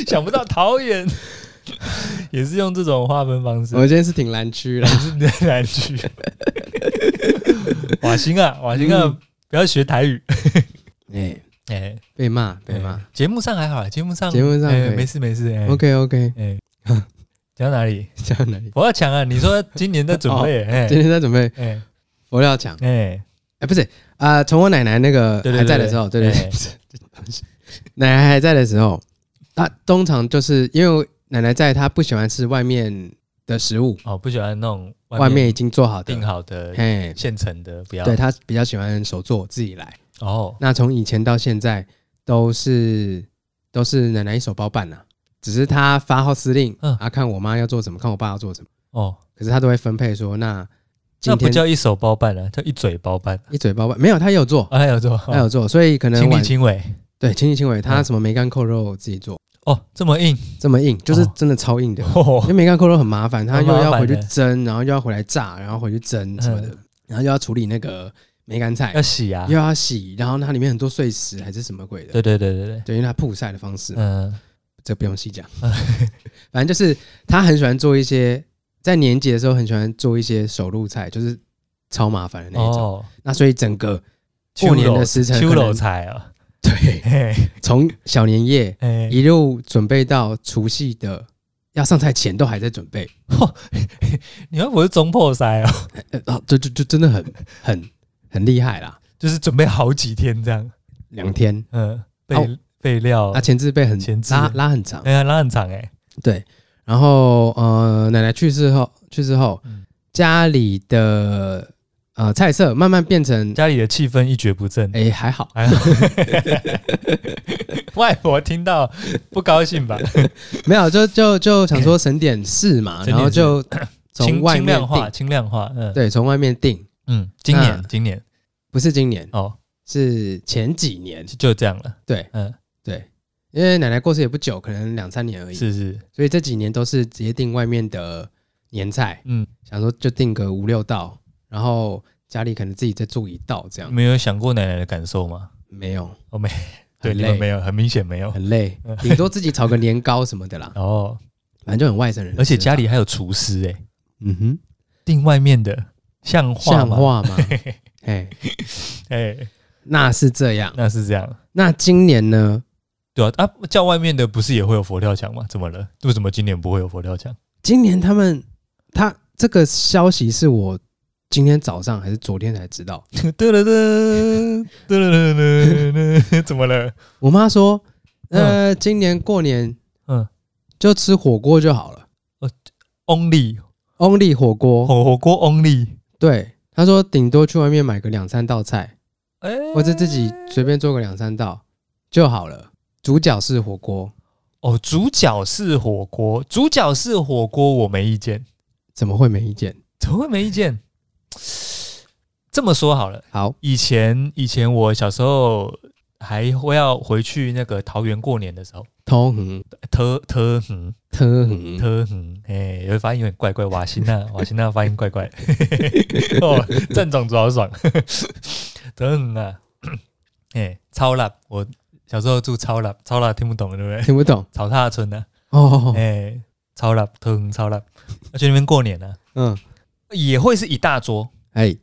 Speaker 1: 想不到桃园 也是用这种划分方式，
Speaker 2: 我今天是停蓝区啦。
Speaker 1: 是在南区。瓦辛啊，瓦辛啊，
Speaker 2: 嗯
Speaker 1: 不要学台语。
Speaker 2: 哎、
Speaker 1: 哎、
Speaker 2: 被骂被骂
Speaker 1: 哎。节目上还好啦，节目上
Speaker 2: 节目上
Speaker 1: 哎
Speaker 2: 可以
Speaker 1: 没事没事。哎
Speaker 2: OK OK，
Speaker 1: 哎、讲到哪里？
Speaker 2: 讲到哪里？
Speaker 1: 我要讲啊！你说今年在准备，哎
Speaker 2: 今天在准备
Speaker 1: 哎
Speaker 2: 佛料讲，哎、
Speaker 1: 哎，
Speaker 2: 不是啊，从、我奶奶那个
Speaker 1: 对对对
Speaker 2: 还在的时候，对对
Speaker 1: 哎
Speaker 2: 对， 奶奶还在的时候，她通常就是因为奶奶在，她不喜欢吃外面的食物，
Speaker 1: 哦，不喜欢那种
Speaker 2: 外面
Speaker 1: 面
Speaker 2: 已经做好
Speaker 1: 订
Speaker 2: 的，
Speaker 1: 好的
Speaker 2: 哎，
Speaker 1: 现成的，不要。
Speaker 2: 对她比较喜欢手做自己来。
Speaker 1: 哦，
Speaker 2: 那从以前到现在都是都是奶奶一手包办呐、只是她发号施令，
Speaker 1: 嗯
Speaker 2: 啊，看我妈要做什么，看我爸要做什么，
Speaker 1: 哦，
Speaker 2: 可是她都会分配说，那今
Speaker 1: 那不
Speaker 2: 天
Speaker 1: 叫一手包办了、叫一嘴包办。
Speaker 2: 一嘴包办，没有，她也有做，
Speaker 1: 啊，还有做，
Speaker 2: 还有做，所以可能
Speaker 1: 亲力
Speaker 2: 晚
Speaker 1: 亲为。
Speaker 2: 对亲力亲为，他
Speaker 1: 嗯
Speaker 2: 什么梅干扣肉自己做，
Speaker 1: 哦，这么硬，
Speaker 2: 这么硬，就是
Speaker 1: 哦
Speaker 2: 真的超硬的。因
Speaker 1: 哦
Speaker 2: 为梅干扣肉很麻烦，他
Speaker 1: 很
Speaker 2: 又
Speaker 1: 麻
Speaker 2: 要回
Speaker 1: 烦
Speaker 2: 去
Speaker 1: 的嗯
Speaker 2: 蒸，然后又要回来炸，然后回去蒸什么的，然后又要处理那个梅干菜
Speaker 1: 要，洗啊
Speaker 2: 又。要洗，然后它里面很多碎石还是什么鬼的，
Speaker 1: 对对对对对，
Speaker 2: 对，因为它曝晒的方式，
Speaker 1: 嗯。
Speaker 2: 这不用细讲。 反正就是他很喜欢做一些，在年节的时候很喜欢做一些手露菜，就是超麻烦的那一种。
Speaker 1: 哦，
Speaker 2: 那所以整个过年的时辰
Speaker 1: 秋
Speaker 2: 可
Speaker 1: 楼
Speaker 2: 能
Speaker 1: 菜啊，
Speaker 2: 对，
Speaker 1: 嘿哎
Speaker 2: 从小年夜
Speaker 1: 嘿
Speaker 2: 一路准备到除夕的要上菜前都还在准备，
Speaker 1: 你们不是中破塞哦，
Speaker 2: 呃，啊这就就真的很很很厉害啦，
Speaker 1: 就是准备好几天这样，
Speaker 2: 两天，
Speaker 1: 嗯，
Speaker 2: 啊
Speaker 1: 备备料
Speaker 2: 啊，，前置备很
Speaker 1: 哦前置
Speaker 2: 拉拉很长，
Speaker 1: 哎呀，拉很长哎，
Speaker 2: 对，然后呃，奶奶去世后去世后
Speaker 1: 嗯，
Speaker 2: 家里的呃菜色慢慢变成，
Speaker 1: 家里的气氛一蹶不振。
Speaker 2: 哎，还好，
Speaker 1: 哎呀， 外婆听到不高兴吧？
Speaker 2: 没有，就就就想说省点事嘛，
Speaker 1: 省点事
Speaker 2: 然后就从
Speaker 1: 轻
Speaker 2: 外
Speaker 1: 轻
Speaker 2: 面
Speaker 1: 量化，
Speaker 2: 订，
Speaker 1: 轻量化，嗯，，
Speaker 2: 对，从外面订，
Speaker 1: 嗯，今年
Speaker 2: 那
Speaker 1: 今年
Speaker 2: 不是今年，
Speaker 1: 哦，
Speaker 2: 是前几年，
Speaker 1: 就就这样了，
Speaker 2: 对，
Speaker 1: 嗯，
Speaker 2: 对，因为奶奶过世也不久，可能两三年而已，
Speaker 1: 是是，
Speaker 2: 所以这几年都是直接订外面的年菜，
Speaker 1: 嗯，
Speaker 2: 想说就订个五六道，然后家里可能自己再做一道这样，
Speaker 1: 没有想过奶奶的感受吗？
Speaker 2: 没有，
Speaker 1: 哦没，对，
Speaker 2: 很
Speaker 1: 你们没
Speaker 2: 累，
Speaker 1: 有，很明显没有。
Speaker 2: 很累，顶多自己炒个年糕什么 的啦，
Speaker 1: 哦，
Speaker 2: 反正就很外省人，
Speaker 1: 而且家，里还有厨师哎，
Speaker 2: 嗯哼，
Speaker 1: 订外面的像话
Speaker 2: 像
Speaker 1: 吗？
Speaker 2: 话 吗？哎，
Speaker 1: 哎、
Speaker 2: 那是这样，
Speaker 1: 那是这样，
Speaker 2: 那今年呢？
Speaker 1: 对啊，啊，叫外面的不是也会有佛跳墙吗？怎么了？为什么今年不会有佛跳 墙？
Speaker 2: 今年他们他这个消息是我今天早上还是昨天才知道，
Speaker 1: 噔噔噔噔噔噔噔， 怎么了？
Speaker 2: 我妈说，呃，今年过年，
Speaker 1: 嗯
Speaker 2: 嗯，就吃火锅就好了
Speaker 1: Only
Speaker 2: ，only 火锅。
Speaker 1: 火火锅 Only，
Speaker 2: 对，她说顶多去外面买个两三道菜，
Speaker 1: 哎、
Speaker 2: 或者自己随便做个两三道就好了。主角是火锅，
Speaker 1: 哦，主角是火锅，主角是火锅，我没意见，
Speaker 2: 怎么会没意见？
Speaker 1: 怎么会没意见？这么说好了，
Speaker 2: 好，
Speaker 1: 以前以前我小时候还会要回去那个桃园过年的时候，
Speaker 2: 偷哼
Speaker 1: 特特嗯。
Speaker 2: 偷哼，
Speaker 1: 特嗯，哎、有的发音有点怪怪，瓦辛娜，瓦辛娜发音怪怪，哦，郑总主好爽， 特嗯啊， 哎、超辣，我小时候住超辣，超辣听不懂对不对？
Speaker 2: 听不懂
Speaker 1: 草踏村呢、啊，
Speaker 2: 哦
Speaker 1: 哎、。超辣，特嗯，超辣，要去那边过年呢、
Speaker 2: 嗯，
Speaker 1: 啊，也会是一大桌
Speaker 2: 哎，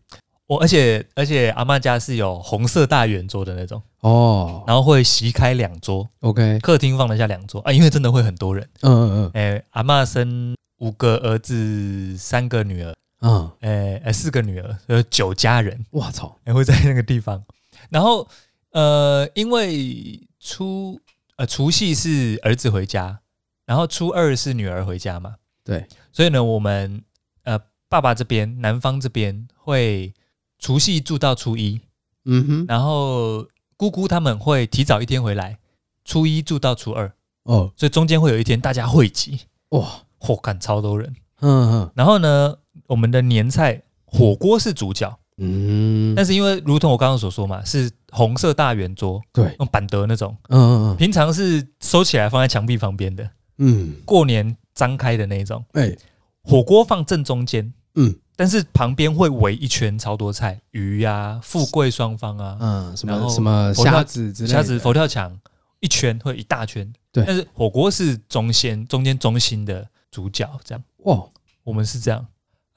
Speaker 1: 我而且而且阿嬷家是有红色大圆桌的那种，
Speaker 2: 哦
Speaker 1: 然后会席开两桌，
Speaker 2: ，OK，
Speaker 1: 客厅放得下两桌啊，因为真的会很多人。
Speaker 2: 嗯嗯
Speaker 1: 哎、阿嬷生五个儿子，三个女儿，
Speaker 2: 嗯嗯，
Speaker 1: 哎、哎四个女儿，有九家人。
Speaker 2: 哇操，
Speaker 1: 也会在那个地方。然后呃，因为初呃除夕是儿子回家，然后初二是女儿回家嘛，
Speaker 2: 对，
Speaker 1: 所以呢，我们呃爸爸这边男方这边会除夕住到初一，
Speaker 2: 嗯哼，
Speaker 1: 然后姑姑他们会提早一天回来，初一住到初二，
Speaker 2: 哦
Speaker 1: 所以中间会有一天大家汇集，
Speaker 2: 哇，
Speaker 1: 嚯、看超多人。
Speaker 2: 嗯
Speaker 1: 然后呢，我们的年菜火锅是主角，
Speaker 2: 嗯嗯，
Speaker 1: 但是因为如同我刚刚所说嘛，是红色大圆桌，
Speaker 2: 对，
Speaker 1: 用板德那种，
Speaker 2: 嗯嗯
Speaker 1: 平常是收起来放在墙壁旁边的，
Speaker 2: 嗯，
Speaker 1: 过年张开的那一种。
Speaker 2: 哎，
Speaker 1: 火锅放正中间，
Speaker 2: 嗯
Speaker 1: 但是旁边会围一圈超多菜，鱼啊，富贵双方啊，
Speaker 2: 嗯，什
Speaker 1: 然
Speaker 2: 么
Speaker 1: 后
Speaker 2: 什么
Speaker 1: 佛跳
Speaker 2: 虾子之类的，
Speaker 1: 虾子、佛跳墙，一圈会一大圈。
Speaker 2: 对
Speaker 1: 但是火锅是中间中间中心的主角，这样
Speaker 2: 哇，
Speaker 1: 我们是这样，啊、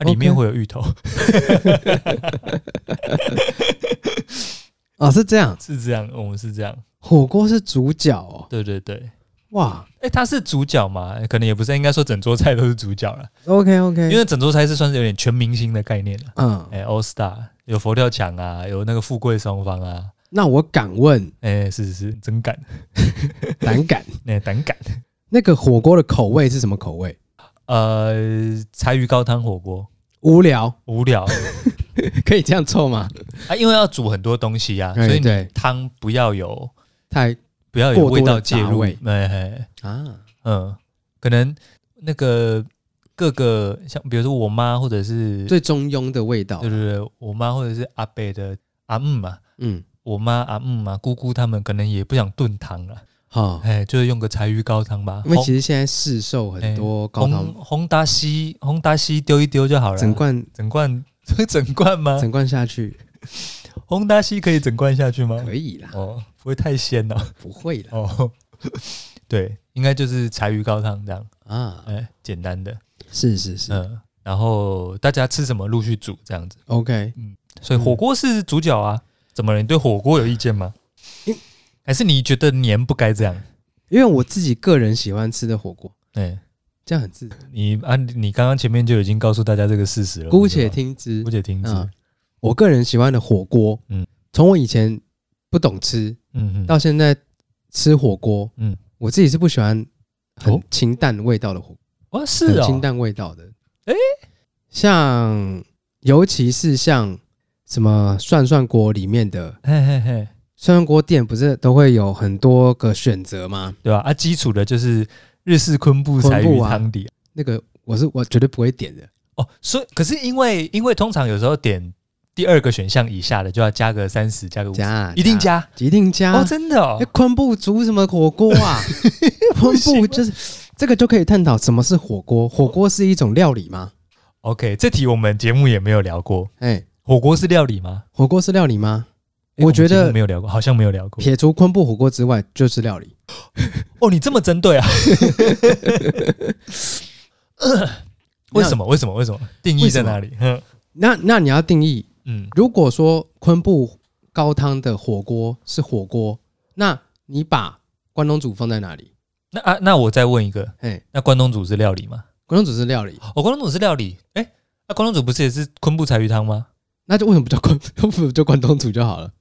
Speaker 2: OK
Speaker 1: 里面会有芋头，
Speaker 2: 哦是这样，
Speaker 1: 是这样，我们是这样，
Speaker 2: 火锅是主角哦，
Speaker 1: 对对对。
Speaker 2: 哇
Speaker 1: 哎、他是主角嘛？可能也不是，应该说整桌菜都是主角了，
Speaker 2: ，OK OK，
Speaker 1: 因为整桌菜是算是有点全明星的概念了。
Speaker 2: 嗯，
Speaker 1: 哎、o l l Star 有佛跳墙啊，有那个富贵双方啊，
Speaker 2: 那我敢问，
Speaker 1: 哎、是是是，真敢，
Speaker 2: 胆敢，
Speaker 1: 哎、胆敢，
Speaker 2: 那个火锅的口味是什么口味？
Speaker 1: 呃，柴鱼高汤火锅
Speaker 2: 无聊，
Speaker 1: 无 聊
Speaker 2: 可以这样凑吗？
Speaker 1: 啊，因为要煮很多东西啊，
Speaker 2: 哎
Speaker 1: 所以你
Speaker 2: 对
Speaker 1: 汤不要有
Speaker 2: 太
Speaker 1: 不要有
Speaker 2: 过多的
Speaker 1: 味道介
Speaker 2: 杂
Speaker 1: 入，哎
Speaker 2: 味、
Speaker 1: 哎
Speaker 2: 啊，
Speaker 1: 嗯，可能那个各个像比如说我妈或者是
Speaker 2: 最中庸的味道
Speaker 1: 对对，对，我妈或者是阿伯的阿姆嘛，
Speaker 2: 嗯，
Speaker 1: 我妈阿姆嘛，姑姑他们可能也不想炖汤了，
Speaker 2: 好，
Speaker 1: 哎、就是用个柴鱼高汤吧，
Speaker 2: 因为
Speaker 1: 红
Speaker 2: 其实现在市售很多高
Speaker 1: 哎红
Speaker 2: 汤，
Speaker 1: 红达西，红达西丢一丢就好了啊。
Speaker 2: 整罐
Speaker 1: 整罐， 会整罐吗？
Speaker 2: 整罐下去
Speaker 1: 红达西可以整罐下去吗？
Speaker 2: 可以啦，
Speaker 1: 哦，不会太鲜哦。
Speaker 2: 不会啦
Speaker 1: 哦，对，应该就是柴鱼高汤这样，
Speaker 2: 啊，
Speaker 1: 哎、简单的，
Speaker 2: 是是是
Speaker 1: 嗯。然后大家吃什么陆续煮这样子，
Speaker 2: ，OK，
Speaker 1: 所
Speaker 2: 嗯
Speaker 1: 以火锅是主角啊。怎么了？你对火锅有意见吗
Speaker 2: 因？
Speaker 1: 还是你觉得年不该这样？
Speaker 2: 因为我自己个人喜欢吃的火锅，
Speaker 1: 对，
Speaker 2: 这样很自然，
Speaker 1: 哎你啊，你刚刚前面就已经告诉大家这个事实了，
Speaker 2: 姑且
Speaker 1: 不是
Speaker 2: 听之
Speaker 1: 吗，姑。且听之。
Speaker 2: 嗯我个人喜欢的火锅，
Speaker 1: 嗯
Speaker 2: 嗯，从我以前不懂吃
Speaker 1: 嗯嗯，
Speaker 2: 到现在吃火锅，
Speaker 1: 嗯
Speaker 2: 嗯，我自己是不喜欢
Speaker 1: 哦
Speaker 2: 很清淡味道的火锅。
Speaker 1: 哇，是
Speaker 2: 很
Speaker 1: 哦，
Speaker 2: 清淡味道的。
Speaker 1: 诶
Speaker 2: 像尤其是像什么涮涮锅里面的
Speaker 1: 嘿嘿嘿，
Speaker 2: 涮涮锅店，不是都会有很多个选择吗？
Speaker 1: 对吧、啊？基础的就是日式昆布柴
Speaker 2: 昆
Speaker 1: 鱼
Speaker 2: 布啊
Speaker 1: 汤底、
Speaker 2: 那个我是我绝对不会点的。
Speaker 1: 哦。所以，可是因为因为通常有时候点第二个选项以下的，就要加个三十，加个五十，
Speaker 2: 加
Speaker 1: 一定加
Speaker 2: 一定加。
Speaker 1: 哦，真的哦
Speaker 2: 哎，，昆布煮什么火锅 啊？昆布就是这个就可以探讨什么是火锅。火锅是一种料理吗？
Speaker 1: OK，这题我们节目也没有聊过，
Speaker 2: 哎、
Speaker 1: 火锅是料理吗？
Speaker 2: 火锅是料理吗？
Speaker 1: 诶
Speaker 2: 我觉
Speaker 1: 们节目
Speaker 2: 得
Speaker 1: 没有聊过，好像没有聊过。
Speaker 2: 撇除昆布火锅之外，就是料理。
Speaker 1: 哦，你这么针 对啊？为什么？为什么？为什么？定义在哪里？嗯
Speaker 2: 那那你要定义
Speaker 1: 嗯，
Speaker 2: 如果说昆布高汤的火锅是火锅，那你把关东煮放在哪里？
Speaker 1: 那啊，那我再问一个，
Speaker 2: 哎，
Speaker 1: 那关东煮是料理吗？
Speaker 2: 关东煮是料理，
Speaker 1: 哦，关东煮是料理，哎、那关东煮不是也是昆布柴鱼汤吗？
Speaker 2: 那就为什么不叫关， 为什么不叫关东煮就好了？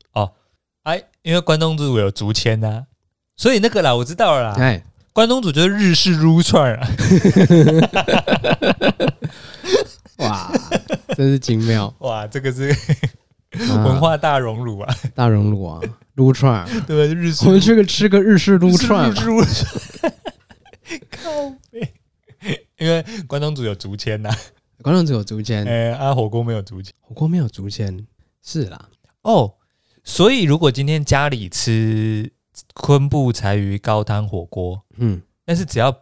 Speaker 1: 哎，因为关东煮有竹签啊呐、所以那个啦，我知道了啦。
Speaker 2: 哎，
Speaker 1: 关东煮就是日式撸串啊，
Speaker 2: 哇，真是精 妙，
Speaker 1: 哇，这个是
Speaker 2: 啊
Speaker 1: 文化大熔炉啊，
Speaker 2: 大熔炉啊，撸串儿，
Speaker 1: 对不 对？日式
Speaker 2: 我们去个吃个日式撸串啊
Speaker 1: 日式
Speaker 2: 吧。
Speaker 1: 撸串， 靠背。因为关东煮有竹签呐、
Speaker 2: 关东煮有竹签，
Speaker 1: 哎、啊，火锅没有竹签
Speaker 2: 火锅没有竹签，是啦，
Speaker 1: 哦。所以如果今天家里吃昆布柴鱼高汤火锅，
Speaker 2: 嗯
Speaker 1: 但是只要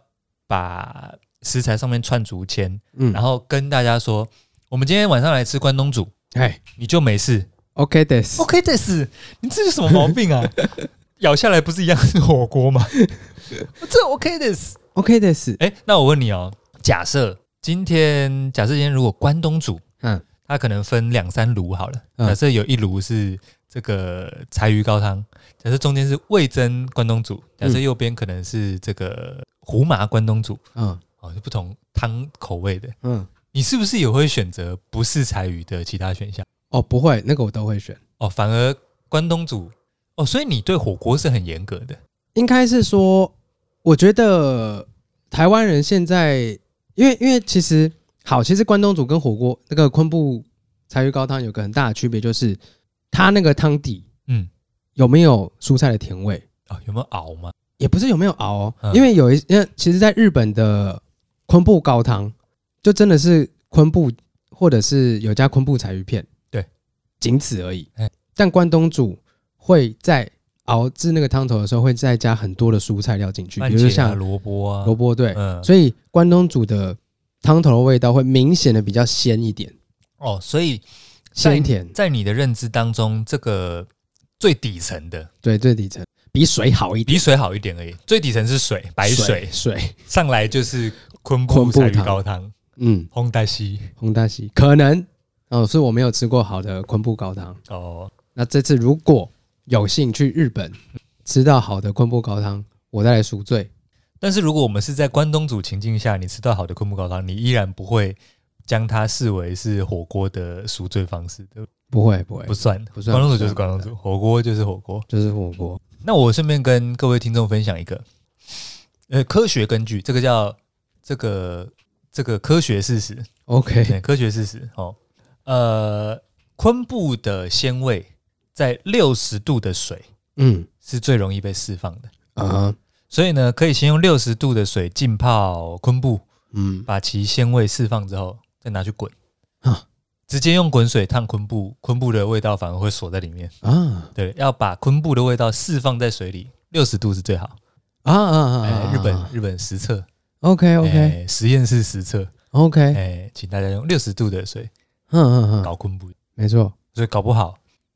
Speaker 1: 把食材上面串竹签，
Speaker 2: 嗯，
Speaker 1: 然后跟大家说，我们今天晚上来吃关东煮，
Speaker 2: 哎
Speaker 1: 你就没事。
Speaker 2: ，OK this，
Speaker 1: OK，但是你这是什么毛病啊？ 咬下来不是一样是火锅吗？这 OK 的是。
Speaker 2: OK this，
Speaker 1: 哎，那我问你哦，假设今天假设今天如果关东煮，
Speaker 2: 嗯，
Speaker 1: 它可能分两三炉好了。
Speaker 2: 嗯
Speaker 1: 假设有一炉是这个柴鱼高汤，假设中间是味增关东煮，假设
Speaker 2: 嗯
Speaker 1: 右边可能是这个胡麻关东煮，
Speaker 2: 嗯
Speaker 1: 哦，是不同汤口味的。
Speaker 2: 嗯，
Speaker 1: 你是不是也会选择不是柴鱼的其他选项？
Speaker 2: 哦，不会，那个我都会选。
Speaker 1: 哦，反而关东煮哦，所以你对火锅是很严格的。
Speaker 2: 应该是说，我觉得台湾人现在，因为因为其实好，其实关东煮跟火锅那个昆布柴鱼高汤有个很大的区别，就是它那个汤底
Speaker 1: 嗯，
Speaker 2: 有没有蔬菜的甜味，
Speaker 1: 哦，有没有熬吗？
Speaker 2: 也不是有没有熬、哦，
Speaker 1: 嗯
Speaker 2: 因为有一因为其实，在日本的昆布高汤就真的是昆布或者是有加昆布柴鱼片，
Speaker 1: 对，
Speaker 2: 仅此而已
Speaker 1: 哎。
Speaker 2: 但关东煮会在熬制那个汤头的时候，会再加很多的蔬菜料进去，
Speaker 1: 番
Speaker 2: 比如说
Speaker 1: 茄啊，
Speaker 2: 像
Speaker 1: 萝卜啊，
Speaker 2: 萝卜对，
Speaker 1: 嗯，
Speaker 2: 所以关东煮的汤头的味道会明显的比较鲜一点，
Speaker 1: 哦，所以在
Speaker 2: 鲜甜，
Speaker 1: 在你的认知当中，这个最底层的
Speaker 2: 对，最底层比水好一点，
Speaker 1: 比水好一点而已，最底层是水，白水，
Speaker 2: 水，
Speaker 1: 上来就是昆
Speaker 2: 昆
Speaker 1: 布
Speaker 2: 布
Speaker 1: 柴鱼
Speaker 2: 汤
Speaker 1: 高汤，
Speaker 2: 嗯，
Speaker 1: 烘带西
Speaker 2: 红大喜可能哦，是我没有吃过好的昆布高汤。
Speaker 1: 哦，
Speaker 2: 那这次如果有幸去日本吃到好的昆布高汤，我再来赎罪。
Speaker 1: 但是如果我们是在关东煮情境下，你吃到好的昆布高汤，你依然不会将它视为是火锅的赎罪方式，对不
Speaker 2: 不会不会
Speaker 1: 对不，算，
Speaker 2: 哎不算
Speaker 1: 关东煮
Speaker 2: 不
Speaker 1: 就是
Speaker 2: 算哎
Speaker 1: 关东煮，火锅就是火锅。
Speaker 2: 就是火锅。
Speaker 1: 那我顺便跟各位听众分享一个，呃，科学根据，这个叫这个这个科学事实，
Speaker 2: OK，
Speaker 1: 对，科学事实哦。呃，昆布的鲜味在六十度的水
Speaker 2: 嗯
Speaker 1: 是最容易被释放的，
Speaker 2: 啊
Speaker 1: 所以呢，可以先用六十度的水浸泡昆布，
Speaker 2: 嗯
Speaker 1: 把其鲜味释放之后，再拿去滚
Speaker 2: 啊。
Speaker 1: 直接用滚水烫昆布，昆布的味道反而会锁在里面。
Speaker 2: 啊啊
Speaker 1: 对，要把昆布的味道释放在水里，六十度是最好。
Speaker 2: 啊啊
Speaker 1: 哎
Speaker 2: 啊！
Speaker 1: 日本日本实测
Speaker 2: OK OK
Speaker 1: 哎实验室实测，哎、
Speaker 2: OK，
Speaker 1: 请大家用六十度的水
Speaker 2: 嗯嗯嗯，
Speaker 1: 搞昆布，
Speaker 2: 没错，
Speaker 1: 所以搞不好，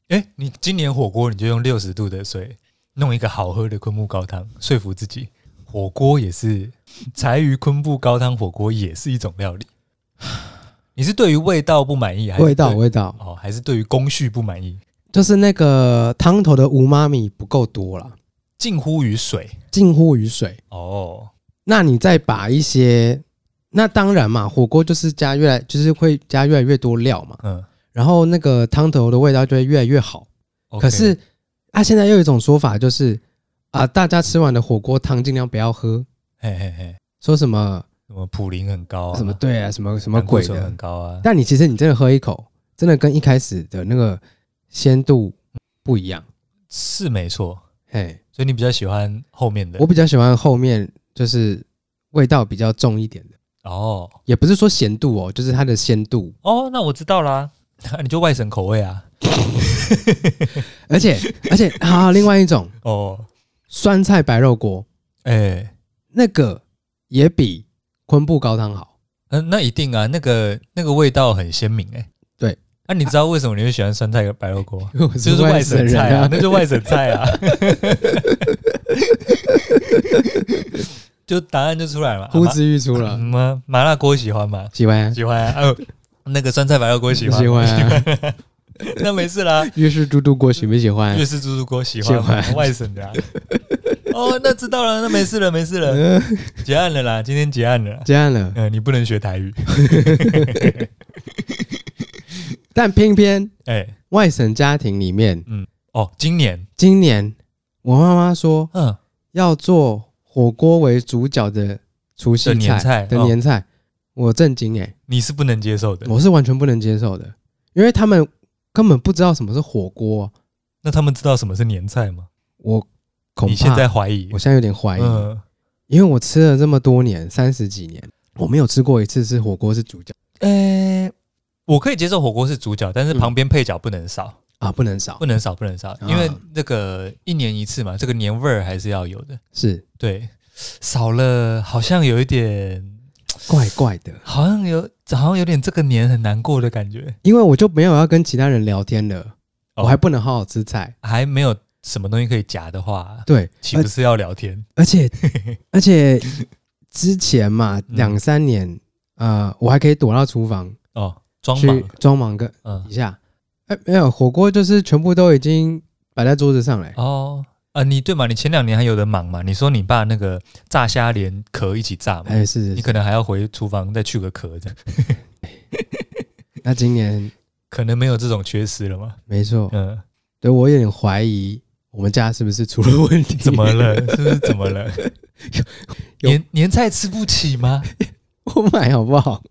Speaker 1: 哎、你今年火锅你就用六十度的水弄一个好喝的昆布高汤，说服自己，火锅也是柴鱼昆布高汤火锅也是一种料理。你是对于味道不满意，还是
Speaker 2: 味道
Speaker 1: 哎对
Speaker 2: 味道
Speaker 1: 哦，还是对于工序不满意，
Speaker 2: 就是那个汤头的无妈咪不够多啦，
Speaker 1: 近乎于水
Speaker 2: 近乎于水。
Speaker 1: 哦，
Speaker 2: 那你再把一些，那当然嘛，火锅就是加越来，就是会加越来越多料嘛，
Speaker 1: 嗯
Speaker 2: 然后那个汤头的味道就会越来越好。
Speaker 1: ，OK，
Speaker 2: 可是啊，现在又有一种说法就是啊，大家吃完的火锅汤尽量不要喝，
Speaker 1: 嘿嘿嘿，
Speaker 2: 说什么
Speaker 1: 什么普林很高、啊，
Speaker 2: 什么对啊，什么什么
Speaker 1: 胆固
Speaker 2: 鬼
Speaker 1: 醇
Speaker 2: 的
Speaker 1: 很。高啊，
Speaker 2: 但你其实你真的喝一口，真的跟一开始的那个鲜度不一样。
Speaker 1: 是没错，
Speaker 2: 嘿，
Speaker 1: 所以你比较喜欢后面的
Speaker 2: 我比较喜欢后面就是味道比较重一点的，
Speaker 1: 哦
Speaker 2: 也不是说咸度哦，就是它的鲜度。
Speaker 1: 哦，那我知道啦， 那你就外省口味啊
Speaker 2: 而且 而且还有另外一种
Speaker 1: 哦，
Speaker 2: 酸菜白肉锅，
Speaker 1: 哎、
Speaker 2: 那个也比昆布高汤好。
Speaker 1: 嗯，那一定啊，那个那个味道很鲜明哎、
Speaker 2: 对，
Speaker 1: 那、你知道为什么你会喜欢酸菜白肉 锅？
Speaker 2: 因为我
Speaker 1: 就是外省
Speaker 2: 人
Speaker 1: 菜啊，那就外省菜 啊，就答案就出来了嘛，
Speaker 2: 呼之欲出
Speaker 1: 好吧
Speaker 2: 了
Speaker 1: 嗯，吗？麻辣锅喜欢吗？
Speaker 2: 喜欢
Speaker 1: 喜欢啊，哦、那个酸菜白肉锅喜欢，
Speaker 2: 喜欢啊，
Speaker 1: 那没事啦，
Speaker 2: 粤式猪肚锅喜不 喜欢
Speaker 1: 粤？式猪肚锅喜欢
Speaker 2: 哎喜
Speaker 1: 吗
Speaker 2: 欢
Speaker 1: 外省 的、啊。哦，那知道了，那没事了，没事
Speaker 2: 嗯
Speaker 1: 了，结案了啦，今天结案了啦。
Speaker 2: 这样了，
Speaker 1: 嗯、你不能学台语，
Speaker 2: 但偏偏
Speaker 1: 哎、
Speaker 2: 外省家庭里面，
Speaker 1: 哦，今年，
Speaker 2: 今年我妈妈说
Speaker 1: 嗯，
Speaker 2: 要做火锅为主角的除夕
Speaker 1: 的年
Speaker 2: 菜
Speaker 1: 菜
Speaker 2: 的
Speaker 1: 哦
Speaker 2: 年菜，我震惊哎，
Speaker 1: 你是不能接受的。
Speaker 2: 我是完全不能接受的，因为他们根本不知道什么是火锅，
Speaker 1: 那他们知道什么是年菜吗？
Speaker 2: 我恐
Speaker 1: 你现在
Speaker 2: 怕
Speaker 1: 怀疑
Speaker 2: 我，现在有点怀疑，
Speaker 1: 嗯，
Speaker 2: 因为我吃了这么多年，三十几年，我没有吃过一次是火锅是主角
Speaker 1: 呃、我可以接受火锅是主角，但是
Speaker 2: 嗯
Speaker 1: 旁边配角不能少，
Speaker 2: 啊，不能少
Speaker 1: 不，能少，不能少，因为那个一年一次嘛，这个年味儿还是要有的。
Speaker 2: 是
Speaker 1: 对，少了好像有一点
Speaker 2: 怪怪的。
Speaker 1: 好像有，好像有点这个年很难过的感觉，
Speaker 2: 因为我就没有要跟其他人聊天了，
Speaker 1: 哦
Speaker 2: 我还不能好好吃菜。
Speaker 1: 还没有什么东西可以夹的话，
Speaker 2: 对，
Speaker 1: 岂
Speaker 2: 而
Speaker 1: 不是要聊天？
Speaker 2: 而且而且之前嘛，
Speaker 1: 嗯
Speaker 2: 两三年，呃，我还可以躲到厨房，
Speaker 1: 哦，装
Speaker 2: 去
Speaker 1: 忙，
Speaker 2: 装忙个
Speaker 1: 嗯，
Speaker 2: 一下。哎、没有火锅就是全部都已经摆在桌子上了、欸
Speaker 1: 哦，啊，你对嘛？你前两年还有的忙嘛？你说你爸那个炸虾连壳一起炸嘛
Speaker 2: 哎、？是是
Speaker 1: 你
Speaker 2: 是，
Speaker 1: 可能还要回厨房再去个壳这样，
Speaker 2: 那今年
Speaker 1: 可能没有这种缺失了嘛？
Speaker 2: 没错，
Speaker 1: 嗯，
Speaker 2: 对我有点怀疑我们家是不是出了问题？
Speaker 1: 怎么了？是不是怎么了？
Speaker 2: 有
Speaker 1: 年年菜吃不起吗？
Speaker 2: 我买好不好？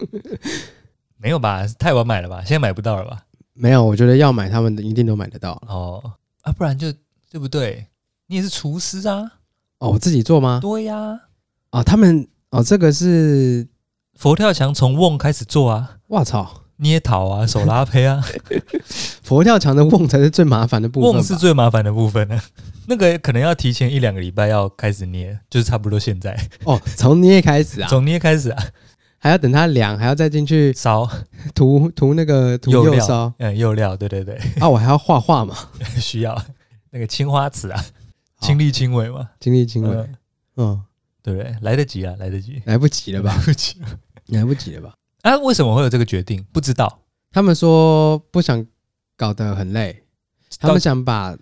Speaker 1: 没有吧？太晚买了吧？现在买不到了吧？
Speaker 2: 没有，我觉得要买他们的一定都买得到了。
Speaker 1: 哦，啊，不然就对不对？你也是厨师啊，
Speaker 2: 哦，我自己做吗？
Speaker 1: 对呀、
Speaker 2: 哦，他们哦，这个是
Speaker 1: 佛跳墙从瓮开始做啊，
Speaker 2: 哇操，
Speaker 1: 捏陶啊，手拉胚啊，
Speaker 2: 佛跳墙的瓮才是最麻烦 的部分吧。
Speaker 1: 瓮是最麻烦的部分呢、啊。 那个可能要提前一两个礼拜要开始捏，就是差不多现在
Speaker 2: 哦，从捏开始 啊，
Speaker 1: 从捏开始啊，
Speaker 2: 还要等它凉，还要再进去
Speaker 1: 烧
Speaker 2: 涂涂那个涂
Speaker 1: 釉
Speaker 2: 釉
Speaker 1: 料
Speaker 2: 烧
Speaker 1: 嗯釉料，对对 对，
Speaker 2: 啊，我还要画 画嘛，
Speaker 1: 需要那个青花瓷啊，亲力亲为嘛，
Speaker 2: 亲力亲为，
Speaker 1: 嗯
Speaker 2: 嗯，
Speaker 1: 对不对？来得及啊，来得及，
Speaker 2: 来不及了吧
Speaker 1: 来，不及
Speaker 2: 来不及了吧？
Speaker 1: 啊？为什么会有这个决定？不知道，
Speaker 2: 他们说不想搞得很累，他们想把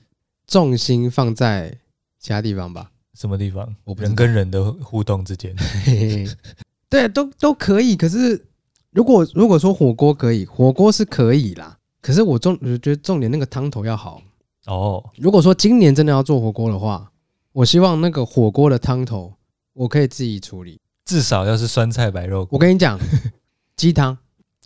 Speaker 2: 重心放在其他地 方吧。
Speaker 1: 什么地方？
Speaker 2: 我不知道
Speaker 1: 人跟人的互动之间，
Speaker 2: 嘿嘿对，都都可以。可是如果如果说火锅可以，火锅是可以啦。可是我重我觉得重点那个汤头要好。啊
Speaker 1: 哦，
Speaker 2: 如果说今年真的要做火锅的话，我希望那个火锅的汤头我可以自己处理。
Speaker 1: 至少要是酸菜白肉
Speaker 2: 我
Speaker 1: 锅
Speaker 2: 跟 你讲，鸡汤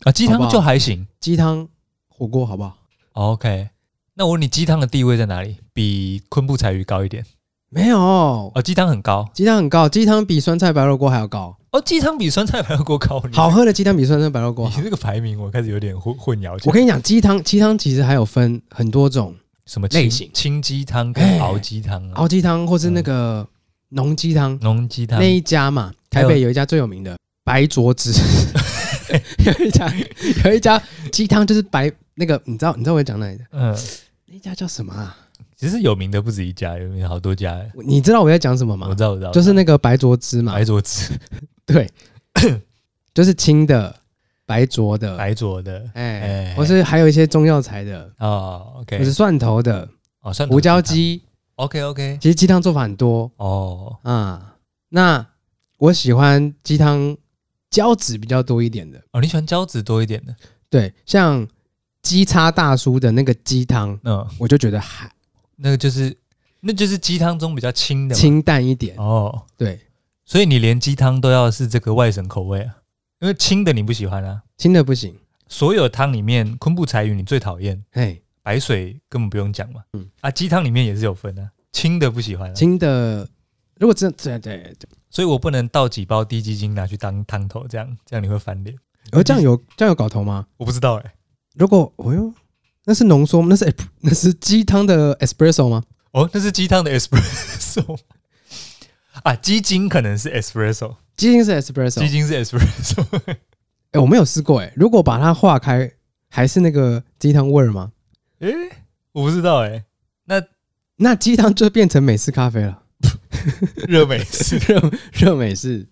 Speaker 1: 啊，鸡
Speaker 2: 好不
Speaker 1: 汤
Speaker 2: 好
Speaker 1: 就还行。
Speaker 2: 鸡汤火锅好不好？
Speaker 1: OK，那我问你，鸡汤的地位在哪里？比昆布柴鱼高一点
Speaker 2: 没有，
Speaker 1: 哦，鸡汤很高
Speaker 2: 鸡汤很高，鸡汤比酸菜白肉锅还要高。
Speaker 1: 哦，鸡汤比酸菜白肉锅高。你
Speaker 2: 好，喝的鸡汤比酸菜白肉锅
Speaker 1: 嗯你
Speaker 2: 好。
Speaker 1: 这个排名我开始有点混混淆。
Speaker 2: 我跟你讲，鸡汤鸡汤其实还有分很多种，
Speaker 1: 什么清
Speaker 2: 类型
Speaker 1: 清鸡汤跟
Speaker 2: 哎
Speaker 1: 熬鸡汤啊，
Speaker 2: 熬鸡汤或是那个浓鸡汤。
Speaker 1: 浓嗯鸡汤
Speaker 2: 那一家嘛，
Speaker 1: 还
Speaker 2: 台
Speaker 1: 有
Speaker 2: 北有一家最有名的白 灼子，有一家有一家鸡汤就是白那个，你知道你知道我讲哪里的？
Speaker 1: 嗯，
Speaker 2: 那一家叫什么啊？
Speaker 1: 其实有名的不止一家，有名好多家。哎
Speaker 2: 我你知道我在讲什么
Speaker 1: 我
Speaker 2: 吗
Speaker 1: 知？道，我知道，
Speaker 2: 就是那个白灼汁嘛
Speaker 1: 白，灼子，
Speaker 2: 对， 就是清的白灼的，
Speaker 1: 白灼的哎
Speaker 2: 哎，或是还有一些中药材的，
Speaker 1: 哦
Speaker 2: 或
Speaker 1: ，OK，
Speaker 2: 是蒜头的
Speaker 1: 哦，算
Speaker 2: 胡椒鸡。
Speaker 1: ，OK OK，
Speaker 2: 其实鸡汤做法很多
Speaker 1: 哦，
Speaker 2: 啊。那我喜欢鸡汤胶质比较多一点的。
Speaker 1: 哦，你喜欢胶质多一点的，
Speaker 2: 对，像鸡叉大叔的那个鸡汤，
Speaker 1: 嗯，
Speaker 2: 我就觉得还
Speaker 1: 那个就是那就是鸡汤中比较清的嘛，
Speaker 2: 清淡一点。
Speaker 1: 哦，
Speaker 2: 对，
Speaker 1: 所以你连鸡汤都要是这个外省口味啊，因为清的你不喜欢啊。
Speaker 2: 清的不行。
Speaker 1: 所有汤里面，昆布柴鱼你最讨厌，
Speaker 2: 嘿，
Speaker 1: 白水根本不用讲嘛。
Speaker 2: 嗯
Speaker 1: 啊，鸡汤里面也是有分的、啊，清的不喜欢、啊，
Speaker 2: 清的，如果真对对对，
Speaker 1: 所以我不能倒几包低鸡精拿去当汤头，这样这样你会翻脸。
Speaker 2: 而酱油酱油搞头吗？
Speaker 1: 我不知道哎、
Speaker 2: 如果，哎呦，那是浓缩吗，那是哎 那是鸡汤的 espresso 吗？
Speaker 1: 哦，那是鸡汤的 espresso 啊，鸡精可能是 espresso，
Speaker 2: 鸡精是
Speaker 1: 鸡
Speaker 2: espresso。
Speaker 1: 精是 espresso，
Speaker 2: 哎，我没有试过哎。如果把它化开，还是那个鸡汤味儿吗？
Speaker 1: 诶、我不知道哎、
Speaker 2: 那鸡汤就变成美式咖啡了，
Speaker 1: 热美式
Speaker 2: 热热美式。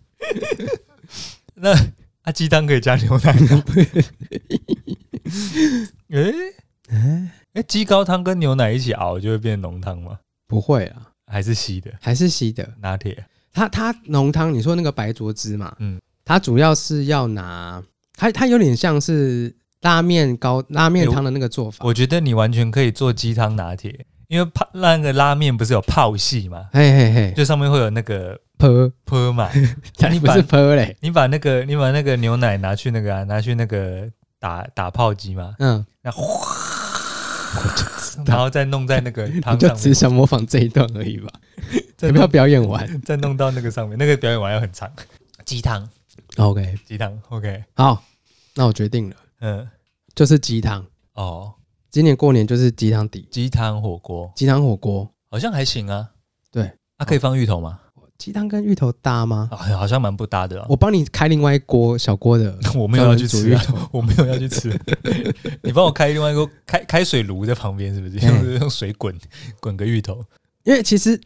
Speaker 1: 那啊，鸡汤可以加牛奶 吗？诶、
Speaker 2: 哎，
Speaker 1: 哎，鸡高汤跟牛奶一起熬就会变浓汤吗？
Speaker 2: 不会啊，
Speaker 1: 还是稀的
Speaker 2: 还是稀的。
Speaker 1: 拿铁？
Speaker 2: 它它浓汤，你说那个白灼汁嘛，
Speaker 1: 嗯
Speaker 2: 嗯，它主要是要拿它它有点像是拉面高拉面汤的那个做法，
Speaker 1: 我觉得你完全可以做鸡汤拿铁，因为泡那个拉面不是有泡系嘛，
Speaker 2: 嘿嘿嘿，
Speaker 1: 哎就上面会有那个
Speaker 2: 泼，
Speaker 1: 泼嘛。你
Speaker 2: 你不
Speaker 1: 把
Speaker 2: 是泼嘞，
Speaker 1: 你把那个你把那个牛奶拿去那个啊，拿去那个打打泡机嘛，
Speaker 2: 嗯，
Speaker 1: 那 哗，然后再弄在那个
Speaker 2: 你
Speaker 1: 汤
Speaker 2: 就
Speaker 1: 上
Speaker 2: 只
Speaker 1: 面，
Speaker 2: 想模仿这一段而已吧，
Speaker 1: 再
Speaker 2: 要不要
Speaker 1: 弄
Speaker 2: 表演完
Speaker 1: 再弄到那个上面，那个表演完要很长。鸡汤，
Speaker 2: ？OK，
Speaker 1: 鸡汤，OK，
Speaker 2: 好，那我决定了，
Speaker 1: 嗯，
Speaker 2: 就是鸡汤，
Speaker 1: 哦，
Speaker 2: 今年过年就是鸡汤底，
Speaker 1: 鸡汤火锅
Speaker 2: 鸡汤火锅，
Speaker 1: 好像还行啊，
Speaker 2: 对，
Speaker 1: 啊，可以放芋头吗？
Speaker 2: 鸡汤跟芋头搭吗？
Speaker 1: 啊，好像蛮不搭的、啊。
Speaker 2: 我帮你开另外一锅小锅 的，
Speaker 1: 我没有要去吃、啊
Speaker 2: 专门煮芋头，
Speaker 1: 我没有要去吃。 你帮我开另外一个开开水炉在旁边，是不是？
Speaker 2: 嗯
Speaker 1: 用用水滚滚个芋头。
Speaker 2: 因为其实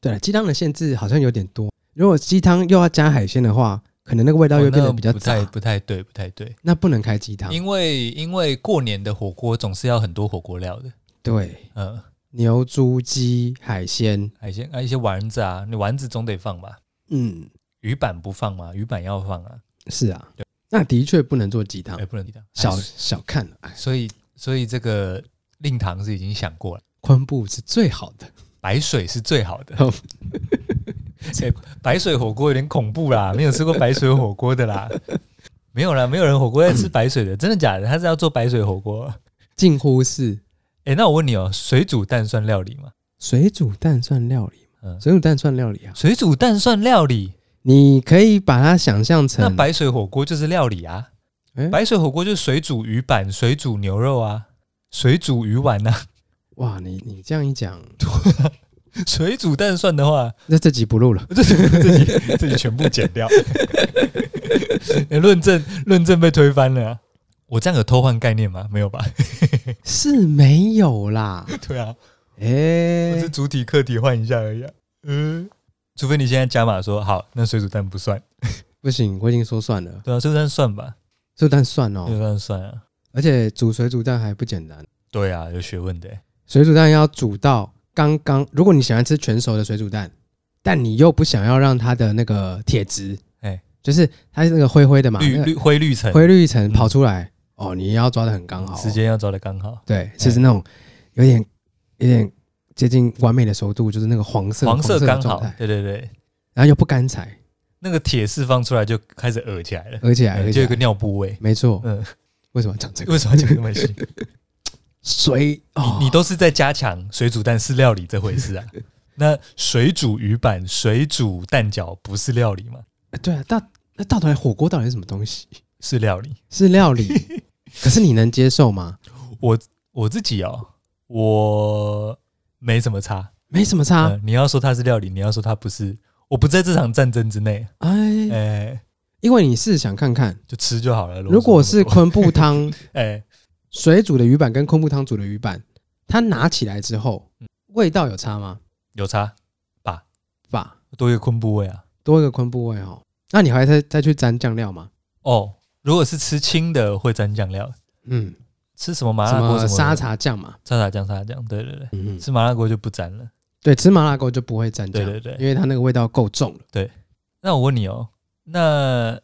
Speaker 2: 对了，鸡汤的限制好像有点多。如果鸡汤又要加海鲜的话，可能那个味道又
Speaker 1: 哦
Speaker 2: 变
Speaker 1: 那
Speaker 2: 得比较
Speaker 1: 不
Speaker 2: 杂，
Speaker 1: 太不太对，不太对，
Speaker 2: 那不能开鸡汤。
Speaker 1: 因为因为过年的火锅总是要很多火锅料的，
Speaker 2: 对，
Speaker 1: 嗯，
Speaker 2: 牛、猪、鸡、海鲜，
Speaker 1: 还有一些还有一些丸子啊，你丸子总得放吧，
Speaker 2: 嗯，
Speaker 1: 鱼板不放吗？鱼板要放啊，
Speaker 2: 是啊
Speaker 1: 对，
Speaker 2: 那的确不能做鸡汤
Speaker 1: 哎、，不能提到
Speaker 2: 小
Speaker 1: 哎
Speaker 2: 小看了，哎，
Speaker 1: 所以所以这个令堂是已经想过了，
Speaker 2: 昆布是最好的。
Speaker 1: 白水是最好的。
Speaker 2: 哦
Speaker 1: 哎白水火锅有点恐怖啦，没有吃过白水火锅的啦，没有啦，没有人火锅在吃白水的，真的假的？他是要做白水火锅？
Speaker 2: 近乎是
Speaker 1: 哎、那我问你哦，水煮蛋算料理吗？
Speaker 2: 水煮蛋算料理吗
Speaker 1: 嗯
Speaker 2: 水煮蛋算料理啊，
Speaker 1: 水煮蛋算料理，
Speaker 2: 你可以把它想象
Speaker 1: 那
Speaker 2: 成
Speaker 1: 白水火锅就是料理啊。
Speaker 2: 哎
Speaker 1: 白水火锅就是水煮鱼板、水煮牛肉啊、水煮鱼丸啊。
Speaker 2: 哇，你你这样一讲，
Speaker 1: 水煮蛋算的话，
Speaker 2: 那这集不录了。
Speaker 1: 这 自己自己全部剪 掉，哎论证论证被推翻了啊、我这样有偷换概念吗？没有吧？
Speaker 2: 是没有啦，
Speaker 1: 对啊，
Speaker 2: 哎、
Speaker 1: 我是主体客体换一下而已、啊。 嗯，除非你现在加码说好，那水煮蛋不算，
Speaker 2: 不行，我已经说算了，
Speaker 1: 对啊，水煮蛋算吧，
Speaker 2: 水煮蛋算哦
Speaker 1: 水，煮蛋算啊，
Speaker 2: 而且煮水煮蛋还不简单，
Speaker 1: 对啊，有学问的、欸。
Speaker 2: 水煮蛋要煮到刚刚，如果你喜欢吃全熟的水煮蛋，但你又不想要让它的那个铁质，
Speaker 1: 哎
Speaker 2: 就是它是那个灰灰的嘛，
Speaker 1: 绿
Speaker 2: 那个
Speaker 1: 绿灰绿层，
Speaker 2: 灰绿层跑出来，哦，你要抓的很刚好哦、
Speaker 1: 嗯时间哎要抓的刚好，
Speaker 2: 对，就是那种有点有点接近完美的熟度，就是那个黄色
Speaker 1: 黄色
Speaker 2: 的
Speaker 1: 刚
Speaker 2: 状
Speaker 1: 好
Speaker 2: 态，，
Speaker 1: 对对对，
Speaker 2: 然后又不干柴，
Speaker 1: 那个铁释放出来就开始鹅起来了，
Speaker 2: 而且
Speaker 1: 嗯
Speaker 2: 而
Speaker 1: 就有
Speaker 2: 且
Speaker 1: 一个尿布味。
Speaker 2: 没错，
Speaker 1: 嗯，
Speaker 2: 为什么要讲这个？
Speaker 1: 为什么要讲这么细？
Speaker 2: 水哦，
Speaker 1: 你都是在加强水煮蛋是料理这回事啊？那水煮鱼板、水煮蛋饺不是料理吗？
Speaker 2: 哎对啊，到那到头来火锅到底是什么东西？
Speaker 1: 是料理。
Speaker 2: 是 料理，可是你能接受吗？
Speaker 1: 我我自己哦，我没什么差
Speaker 2: 没什么
Speaker 1: 啊、
Speaker 2: 差，
Speaker 1: 嗯你要说它是料理，你要说它不是，我不在这场战争之内。
Speaker 2: 哎、
Speaker 1: 哎、
Speaker 2: 因为你是想看看，
Speaker 1: 就吃就好了。啰嗦
Speaker 2: 如果是
Speaker 1: 那么多
Speaker 2: 昆布汤
Speaker 1: 哎、
Speaker 2: 水煮的鱼板跟昆布汤煮的鱼板，它拿起来之后
Speaker 1: 嗯
Speaker 2: 味道有差吗？
Speaker 1: 有差，
Speaker 2: 吧，
Speaker 1: 多一个昆布味啊。
Speaker 2: 多一个昆布味哦。那你还会再再去沾酱料吗？
Speaker 1: 哦，如果是吃清的会沾酱料，
Speaker 2: 嗯，
Speaker 1: 吃什么麻
Speaker 2: 什
Speaker 1: 辣锅
Speaker 2: 么
Speaker 1: 什么
Speaker 2: 沙
Speaker 1: 茶
Speaker 2: 茶酱嘛，
Speaker 1: 沙茶酱沙茶酱，对对对，
Speaker 2: 嗯，
Speaker 1: 吃麻辣锅就不沾了。
Speaker 2: 对，吃麻辣锅就不会蘸酱，
Speaker 1: 对对对
Speaker 2: 因为它那个味道够重了。
Speaker 1: 那我问你哦，那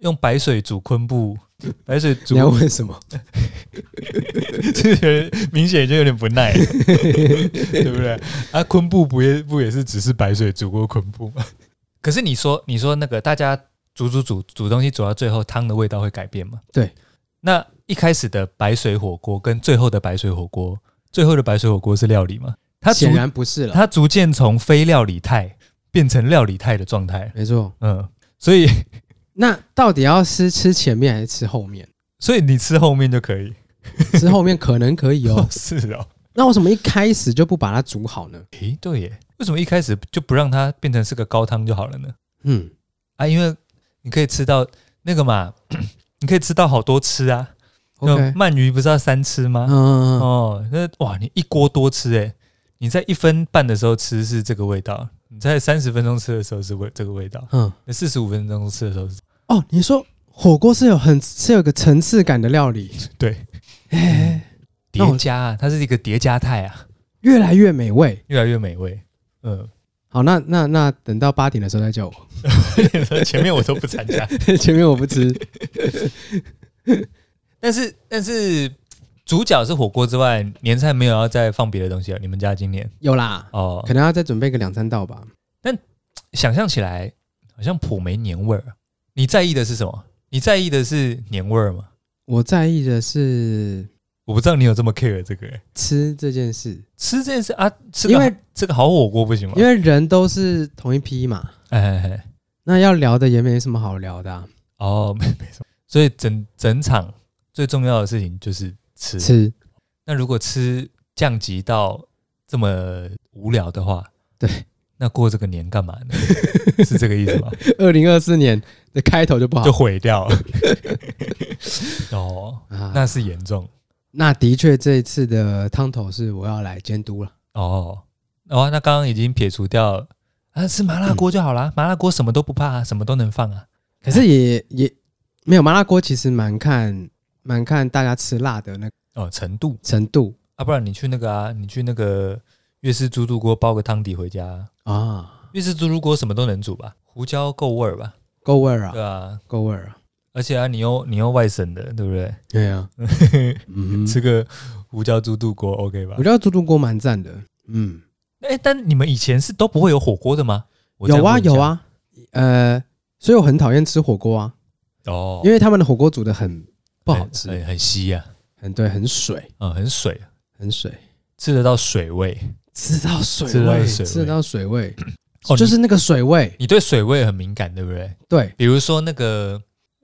Speaker 1: 用白水煮昆布，白水煮
Speaker 2: 你要问什么？
Speaker 1: 这个明显就有点不耐， 对不对？啊，昆布不也不也是只是白水煮过昆布吗？可是你说你说那个大家煮煮煮煮东西煮到最后汤的味道会改变吗？
Speaker 2: 对，
Speaker 1: 那一开始的白水火锅跟最后的白水火锅，最后的白水火锅是料理吗？它逐
Speaker 2: 显然不是了，
Speaker 1: 它逐渐从非料理态变成料理态的状态，
Speaker 2: 没错。
Speaker 1: 嗯，所以
Speaker 2: 那到底要吃吃前面还是吃后 面？
Speaker 1: 所以你吃后面就可以，。
Speaker 2: 吃后面可能可以哦
Speaker 1: 是哦，
Speaker 2: 那为什么一开始就不把它煮好呢？
Speaker 1: 诶，对耶，为什么一开始就不让它变成是个高汤就好了呢？
Speaker 2: 嗯，
Speaker 1: 啊，因为你可以吃到那个嘛， 你可以吃到好多吃啊。那
Speaker 2: OK
Speaker 1: 鳗鱼不是要三吃吗？
Speaker 2: 嗯，
Speaker 1: 哦，那哇，你一锅多吃诶、你在一分半的时候吃是这个味道，你在三十分钟吃的时候是味这个味道，
Speaker 2: 嗯，
Speaker 1: 那四十五分钟吃的时候是
Speaker 2: 哦，你说火锅是有很是有个层次感的料理，
Speaker 1: 对
Speaker 2: 哎，那我
Speaker 1: 叠加、啊，它是一个叠加态啊，
Speaker 2: 越来越美味。
Speaker 1: 越来越美味。嗯，
Speaker 2: 好，那那那等到八点的时候再叫我，
Speaker 1: 前面我都不参加，
Speaker 2: 前面我不吃。
Speaker 1: 但是但是主角是火锅之外，年菜没有要再放别的东西了。你们家今年
Speaker 2: 有啦，
Speaker 1: 哦，
Speaker 2: 可能要再准备个两三道吧。
Speaker 1: 想象起来好像普没年味儿。你在意的是什么？你在意的是年味儿吗？
Speaker 2: 我在意的是
Speaker 1: 我不知道你有这么 care 这个、欸
Speaker 2: 吃这件事，
Speaker 1: 吃这件事啊，吃个
Speaker 2: 因为
Speaker 1: 这个好火锅不行吗？
Speaker 2: 因为人都是同一批嘛，
Speaker 1: 哎哎哎
Speaker 2: 那要聊的也没什么好聊的、啊。
Speaker 1: 哦， 没没什么。所以整整场最重要的事情就是吃。
Speaker 2: 吃，
Speaker 1: 那如果吃降级到这么无聊的话，
Speaker 2: 对，
Speaker 1: 那过这个年干嘛呢？是这个意思吗？
Speaker 2: 二零二四年的开头就不好
Speaker 1: 就毁 掉了。哦，
Speaker 2: 啊。
Speaker 1: 那是严重
Speaker 2: 那的确，这一次的汤头是我要来监督了。
Speaker 1: 哦，哦，那刚
Speaker 2: 嗯
Speaker 1: 刚已经撇除掉啊，吃麻辣锅就好啦，麻辣锅什么都不怕啊，什么都能放啊。
Speaker 2: 可是也也没有麻辣锅，其实蛮看蛮看大家吃辣的那个
Speaker 1: 哦程度
Speaker 2: 程度
Speaker 1: 啊，不然你去那个啊，你去那个粤式猪肚锅煲个汤底回家啊，
Speaker 2: 啊，
Speaker 1: 粤式猪肚锅什么都能煮吧，胡椒够味儿吧，
Speaker 2: 够味儿啊
Speaker 1: 对，啊，
Speaker 2: 够味儿啊，
Speaker 1: 而且啊，你又你又外省的，对不对？
Speaker 2: 对 啊，嗯，
Speaker 1: 吃个胡椒猪肚锅 OK 吧
Speaker 2: 我？觉得猪肚锅蛮赞的，嗯，
Speaker 1: 哎、但你们以前是都不会有火锅的吗？我再
Speaker 2: 有啊
Speaker 1: 问一下
Speaker 2: 有，啊，呃，所以我很讨厌吃火锅啊，
Speaker 1: 哦，
Speaker 2: 因为他们的火锅煮的很不好吃，
Speaker 1: 很很很稀啊，
Speaker 2: 很对，很水，
Speaker 1: 嗯，很水，
Speaker 2: 很水，
Speaker 1: 吃得到水味。
Speaker 2: 吃到水
Speaker 1: 吃到
Speaker 2: 味，
Speaker 1: 水味
Speaker 2: 吃到水味，
Speaker 1: 哦，
Speaker 2: 就是那个水味
Speaker 1: 你，你对水味很敏感，对不对？
Speaker 2: 对，
Speaker 1: 比如说那个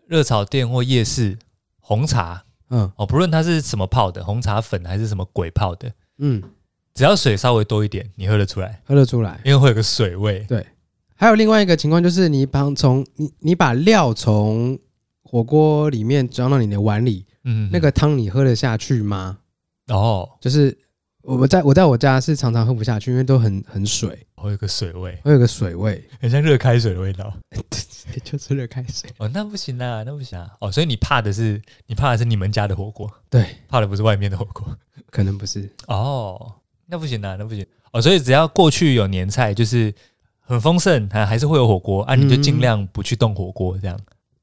Speaker 1: 热炒店或夜市红茶
Speaker 2: 嗯
Speaker 1: 哦，不论它是什么泡的，红茶粉还是什么鬼泡的，
Speaker 2: 嗯，
Speaker 1: 只要水稍微多一点，你喝得出来，
Speaker 2: 喝得出来。
Speaker 1: 因为会有个水味。
Speaker 2: 还有另外一个情况就是你把从你你把料从火锅里面装到你的碗里，
Speaker 1: 嗯，
Speaker 2: 那个汤你喝得下去吗？
Speaker 1: 哦，
Speaker 2: 就是我我在我在我家是常常喝不下去，因为都很很水，
Speaker 1: 会有个水味，
Speaker 2: 会有个水 味，
Speaker 1: 很像热开水的味道。
Speaker 2: 就是热开水。
Speaker 1: 哦，那不行啊，那不行啊。哦，所以你怕的是你怕的是你们家的火锅，
Speaker 2: 对，
Speaker 1: 怕的不是外面的火锅。
Speaker 2: 可能不是，
Speaker 1: 哦，那不行啊，那不行。哦，所以只要过去有年菜，就是很丰盛，还还是会有火锅啊，你就
Speaker 2: 嗯
Speaker 1: 尽量不去动火锅这样。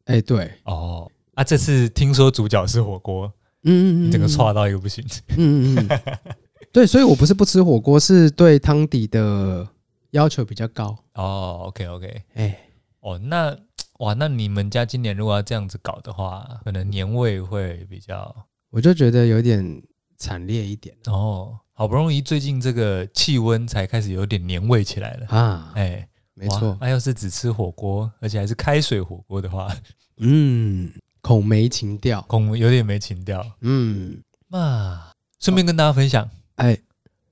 Speaker 2: 哎、对，
Speaker 1: 哦，啊，这次听说主角是火锅，
Speaker 2: 嗯
Speaker 1: 你整个差到一个不行。
Speaker 2: 嗯嗯嗯，对，所以我不是不吃火锅，是对汤底的要求比较高。
Speaker 1: 哦，OK OK，
Speaker 2: 哎、
Speaker 1: 哦，那哇，那你们家今年如果要这样子搞的话，可能年味会比较
Speaker 2: 我就觉得有点惨烈一点
Speaker 1: 哦。好不容易最近这个气温才开始有点年味起来了，
Speaker 2: 啊，
Speaker 1: 哎、
Speaker 2: 没
Speaker 1: 哇
Speaker 2: 错，
Speaker 1: 那、要是只吃火锅，而且还是开水火锅的话，
Speaker 2: 嗯，孔梅情调，
Speaker 1: 恐有点没情调。
Speaker 2: 嗯，
Speaker 1: 嘛，顺便跟大家分享，
Speaker 2: 哎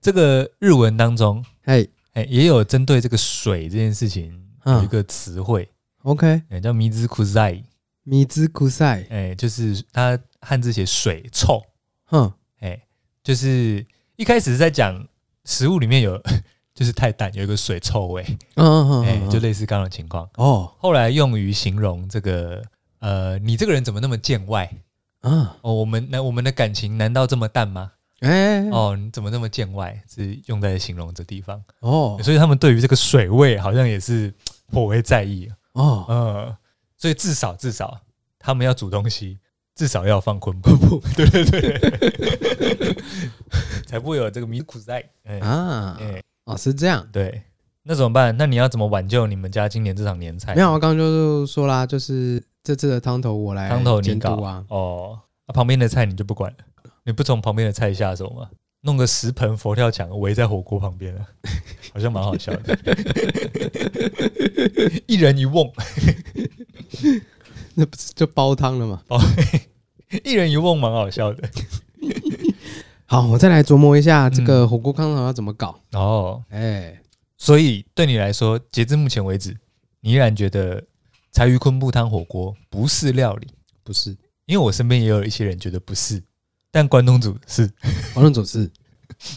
Speaker 1: 这个日文当中，
Speaker 2: 哎
Speaker 1: 哎、也有针对这个水这件事情
Speaker 2: 嗯
Speaker 1: 有一个词汇，
Speaker 2: ，OK，
Speaker 1: 哎、叫米兹库塞，
Speaker 2: 米兹库塞，
Speaker 1: 哎、就是它汉字写水臭，
Speaker 2: 哼，
Speaker 1: 哎、就是一开始是在讲食物里面有 就是太淡，有一个水臭味，
Speaker 2: 嗯嗯
Speaker 1: 哎、
Speaker 2: 嗯，
Speaker 1: 就
Speaker 2: 嗯
Speaker 1: 类似刚刚的情况。
Speaker 2: 哦
Speaker 1: 后来用于形容这个，呃，你这个人怎么那么见外？
Speaker 2: 啊，
Speaker 1: 哦，我们那我们的感情难道这么淡吗？
Speaker 2: 哎
Speaker 1: 哦，你怎么那么见外？是用在形容这地方。
Speaker 2: 哦
Speaker 1: 所以他们对于这个水位好像也是颇为在意。
Speaker 2: 哦，
Speaker 1: 嗯，所以至少至少他们要煮东西，至少要放昆 布，对对对，才不会有这个米苦在。嗯、
Speaker 2: 啊
Speaker 1: 哎
Speaker 2: 哦是这样，
Speaker 1: 对，那怎么办？那你要怎么挽救你们家今年这场年菜？
Speaker 2: 没有，啊我刚刚就是说啦，就是这次的汤头我来
Speaker 1: 汤头你
Speaker 2: 监
Speaker 1: 搞
Speaker 2: 督啊，
Speaker 1: 哦，啊旁边的菜你就不管了，你不从旁边的菜下手吗？弄个十盆佛跳墙围在火锅旁边 啊，好像蛮好笑的， 一人一瓮。
Speaker 2: 那不是就煲汤了吗？
Speaker 1: 一人一瓮蛮好笑的。
Speaker 2: 好，我再来琢磨一下这
Speaker 1: 嗯
Speaker 2: 个火锅汤头要怎么搞，
Speaker 1: 哦，
Speaker 2: 哎，
Speaker 1: 所以对你来说，截至目前为止，你依然觉得柴鱼昆布汤火锅不是料理，
Speaker 2: 不是，
Speaker 1: 因为我身边也有一些人觉得不是，但关东煮是
Speaker 2: 黄龙总是，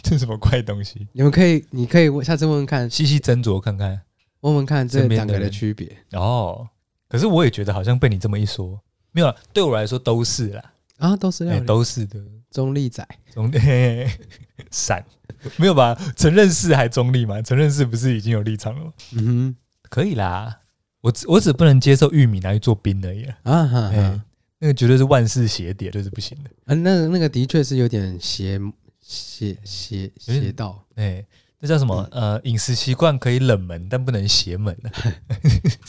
Speaker 1: 这是什么怪东西？
Speaker 2: 你们可以，你可以问下次问问看，
Speaker 1: 细细斟酌看看。
Speaker 2: 问问看这
Speaker 1: 身边
Speaker 2: 两
Speaker 1: 的
Speaker 2: 个的
Speaker 1: 人
Speaker 2: 区别
Speaker 1: 哦，可是我也觉得好像被你这么一说，没有啦，对我来说都是啦，
Speaker 2: 啊，都是料
Speaker 1: 哎
Speaker 2: 理，
Speaker 1: 都是的。
Speaker 2: 中立仔，
Speaker 1: 中闪，没有吧？承认是还中立吗？承认是不是已经有立场了吗？
Speaker 2: 嗯
Speaker 1: 可以啦，我只我只不能接受玉米拿去做冰而已啦。
Speaker 2: 哼，啊哈哈，
Speaker 1: 哎那个绝对是万事邪典，这是不行的。
Speaker 2: 啊，那那个的确是有点邪邪邪
Speaker 1: 有点
Speaker 2: 邪道，
Speaker 1: 哎、这叫什么？呃，饮食习惯可以冷门，但不能邪门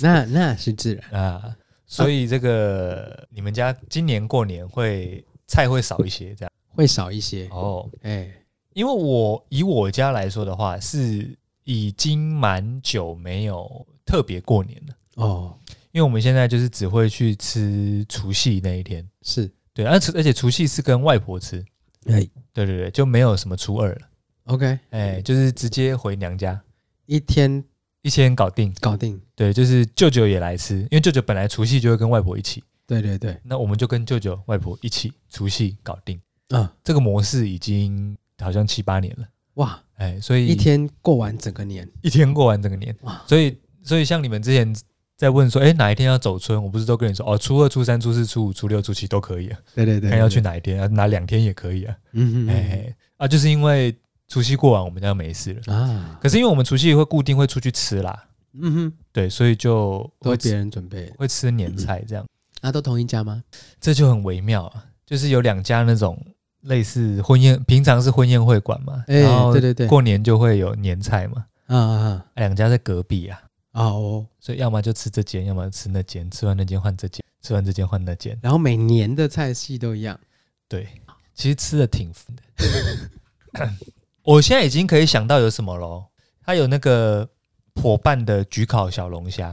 Speaker 2: 那那是自然，
Speaker 1: 啊。啊所以这个、你们家今年过年会菜会少一些，这样
Speaker 2: 会少一些，
Speaker 1: 哦。
Speaker 2: 哎，
Speaker 1: 因为我以我家来说的话，是已经蛮久没有特别过年了，
Speaker 2: 哦，
Speaker 1: 因为我们现在就是只会去吃除夕那一天，
Speaker 2: 是，
Speaker 1: 对，而、且而且除夕是跟外婆吃，
Speaker 2: 哎
Speaker 1: 对对对，就没有什么初二了，
Speaker 2: ，OK，
Speaker 1: 哎、就是直接回娘家，
Speaker 2: 一天
Speaker 1: 一天搞定。
Speaker 2: 搞定，
Speaker 1: 对，就是舅舅也来吃，因为舅舅本来除夕就会跟外婆一起，
Speaker 2: 对对对，
Speaker 1: 那我们就跟舅舅、外婆一起除夕搞定。
Speaker 2: 啊，
Speaker 1: 这个模式已经好像七八年了，
Speaker 2: 哇，
Speaker 1: 哎，所以
Speaker 2: 一天过完整个年，
Speaker 1: 一天过完整个年
Speaker 2: 哇，
Speaker 1: 所以所以像你们之前在问说，哎、哪一天要走村？我不是都跟你说，哦，初二、初三、初四、初五、初六、初七都可以、啊，
Speaker 2: 对对对，
Speaker 1: 看要去
Speaker 2: 对，
Speaker 1: 哪一天，啊哪两天也可以啊。
Speaker 2: 嗯嗯
Speaker 1: 哎啊，就是因为除夕过完，我们家没事了。
Speaker 2: 嗯啊，
Speaker 1: 可是因为我们除夕会固定会出去吃啦，
Speaker 2: 嗯哼，
Speaker 1: 对，所以就
Speaker 2: 都
Speaker 1: 会
Speaker 2: 是别
Speaker 1: 吃
Speaker 2: 人准备的，
Speaker 1: 会吃年菜这样，
Speaker 2: 啊，都同一家吗？
Speaker 1: 这就很微妙啊。就是有两家那种类似婚宴，平常是婚宴会馆嘛，
Speaker 2: 哎
Speaker 1: 然后
Speaker 2: 对对对
Speaker 1: 过年就会有年菜嘛，
Speaker 2: 啊啊
Speaker 1: 啊两家在隔壁啊，
Speaker 2: 啊哦，
Speaker 1: 所以要么就吃这间，要么吃那间，吃完那间换这间，吃完这间换那间，
Speaker 2: 然后每年的菜系都一样，
Speaker 1: 对，其实吃的挺烦的。 我现在已经可以想到有什么喽，它有那个伙伴的焗烤小龙虾，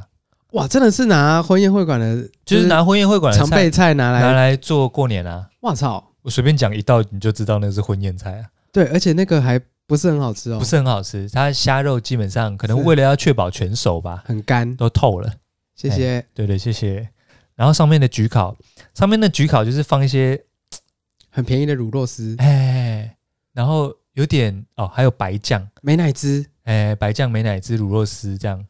Speaker 2: 哇，真的是拿婚宴会馆的，
Speaker 1: 就是拿婚宴会馆的
Speaker 2: 常备
Speaker 1: 菜
Speaker 2: 菜拿
Speaker 1: 拿
Speaker 2: 来，
Speaker 1: 来做过年啊。
Speaker 2: 哇操，
Speaker 1: 我随便讲一道，你就知道那是婚宴菜啊，
Speaker 2: 对，而且那个还不是很好吃哦，
Speaker 1: 不是很好吃。它虾肉基本上可能为了要确保全熟吧，
Speaker 2: 很干，
Speaker 1: 都透了。
Speaker 2: 谢谢，
Speaker 1: 对对，谢谢。然后上面的焗烤，上面的焗烤就是放一些
Speaker 2: 很便宜的卤肉丝，
Speaker 1: 哎，然后有点哦，还有白酱，
Speaker 2: 美乃滋，
Speaker 1: 哎，白酱美乃滋卤肉丝这样，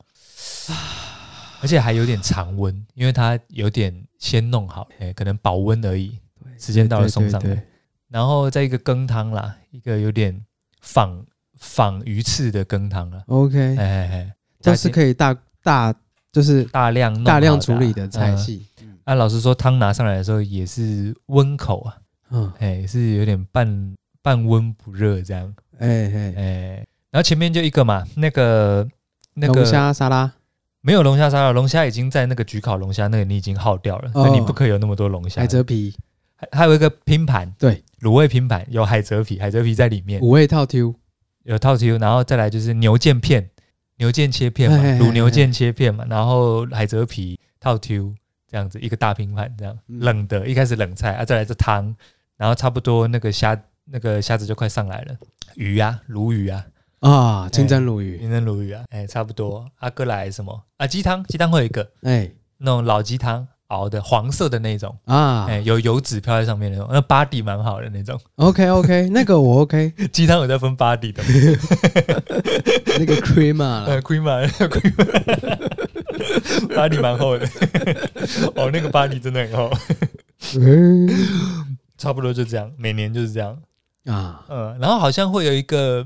Speaker 1: 而且还有点常温，因为它有点先弄好，哎，可能保温而已，时间到了送上
Speaker 2: 对对
Speaker 1: 来
Speaker 2: 对。
Speaker 1: 然后再一个羹汤啦，一个有点仿仿鱼翅的羹汤啦，
Speaker 2: ，OK，
Speaker 1: 哎哎，哎
Speaker 2: 都是可以大大就是
Speaker 1: 大量弄
Speaker 2: 大量
Speaker 1: 好
Speaker 2: 处
Speaker 1: 啊
Speaker 2: 理的菜。
Speaker 1: 嗯
Speaker 2: 系，
Speaker 1: 啊，老实说，汤拿上来的时候也是温口啊，
Speaker 2: 嗯，
Speaker 1: 哎，是有点半半温不热这样，
Speaker 2: 哎哎，
Speaker 1: 哎，然后前面就一个嘛，那个那个
Speaker 2: 龙虾沙拉，
Speaker 1: 没有龙虾沙拉，龙虾已经在那个焗烤龙虾那个你已经耗掉了，
Speaker 2: 哦
Speaker 1: 那你不可以有那么多龙虾
Speaker 2: 海。蜇皮，
Speaker 1: 还还有一个拼盘，
Speaker 2: 对，
Speaker 1: 卤味拼盘有海蜇皮，海蜇皮在里面
Speaker 2: 五味套 Q，
Speaker 1: 有套题，然后再来就是牛腱片，牛腱切片嘛，
Speaker 2: 嘿嘿嘿
Speaker 1: 卤牛腱切片嘛，然后海蜇皮套 Q 这样子一个大拼盘，这样
Speaker 2: 嗯
Speaker 1: 冷的，一开始冷菜啊，再来这汤，然后差不多那个虾那个虾子就快上来了，鱼啊，鲈鱼啊，
Speaker 2: 啊，清蒸鲈鱼，
Speaker 1: 云南鲈鱼啊，哎，差不多，啊，哥来什么啊？鸡汤，鸡汤会有一个。
Speaker 2: 哎
Speaker 1: 那种老鸡汤熬的黄色的那种，
Speaker 2: 啊
Speaker 1: 哎、有油脂飘在上面那种，那 body 蛮好的那种。
Speaker 2: ，OK OK，那个我 OK，
Speaker 1: 鸡汤有在分 body 的，
Speaker 2: 那个 cream 啊，
Speaker 1: 呃 cream 啊 cream 啊 body 蛮厚的，哦，那个 body 真的很厚，
Speaker 2: 嗯
Speaker 1: 差不多就这样，每年就是这样，
Speaker 2: 啊
Speaker 1: 嗯，然后好像会有一个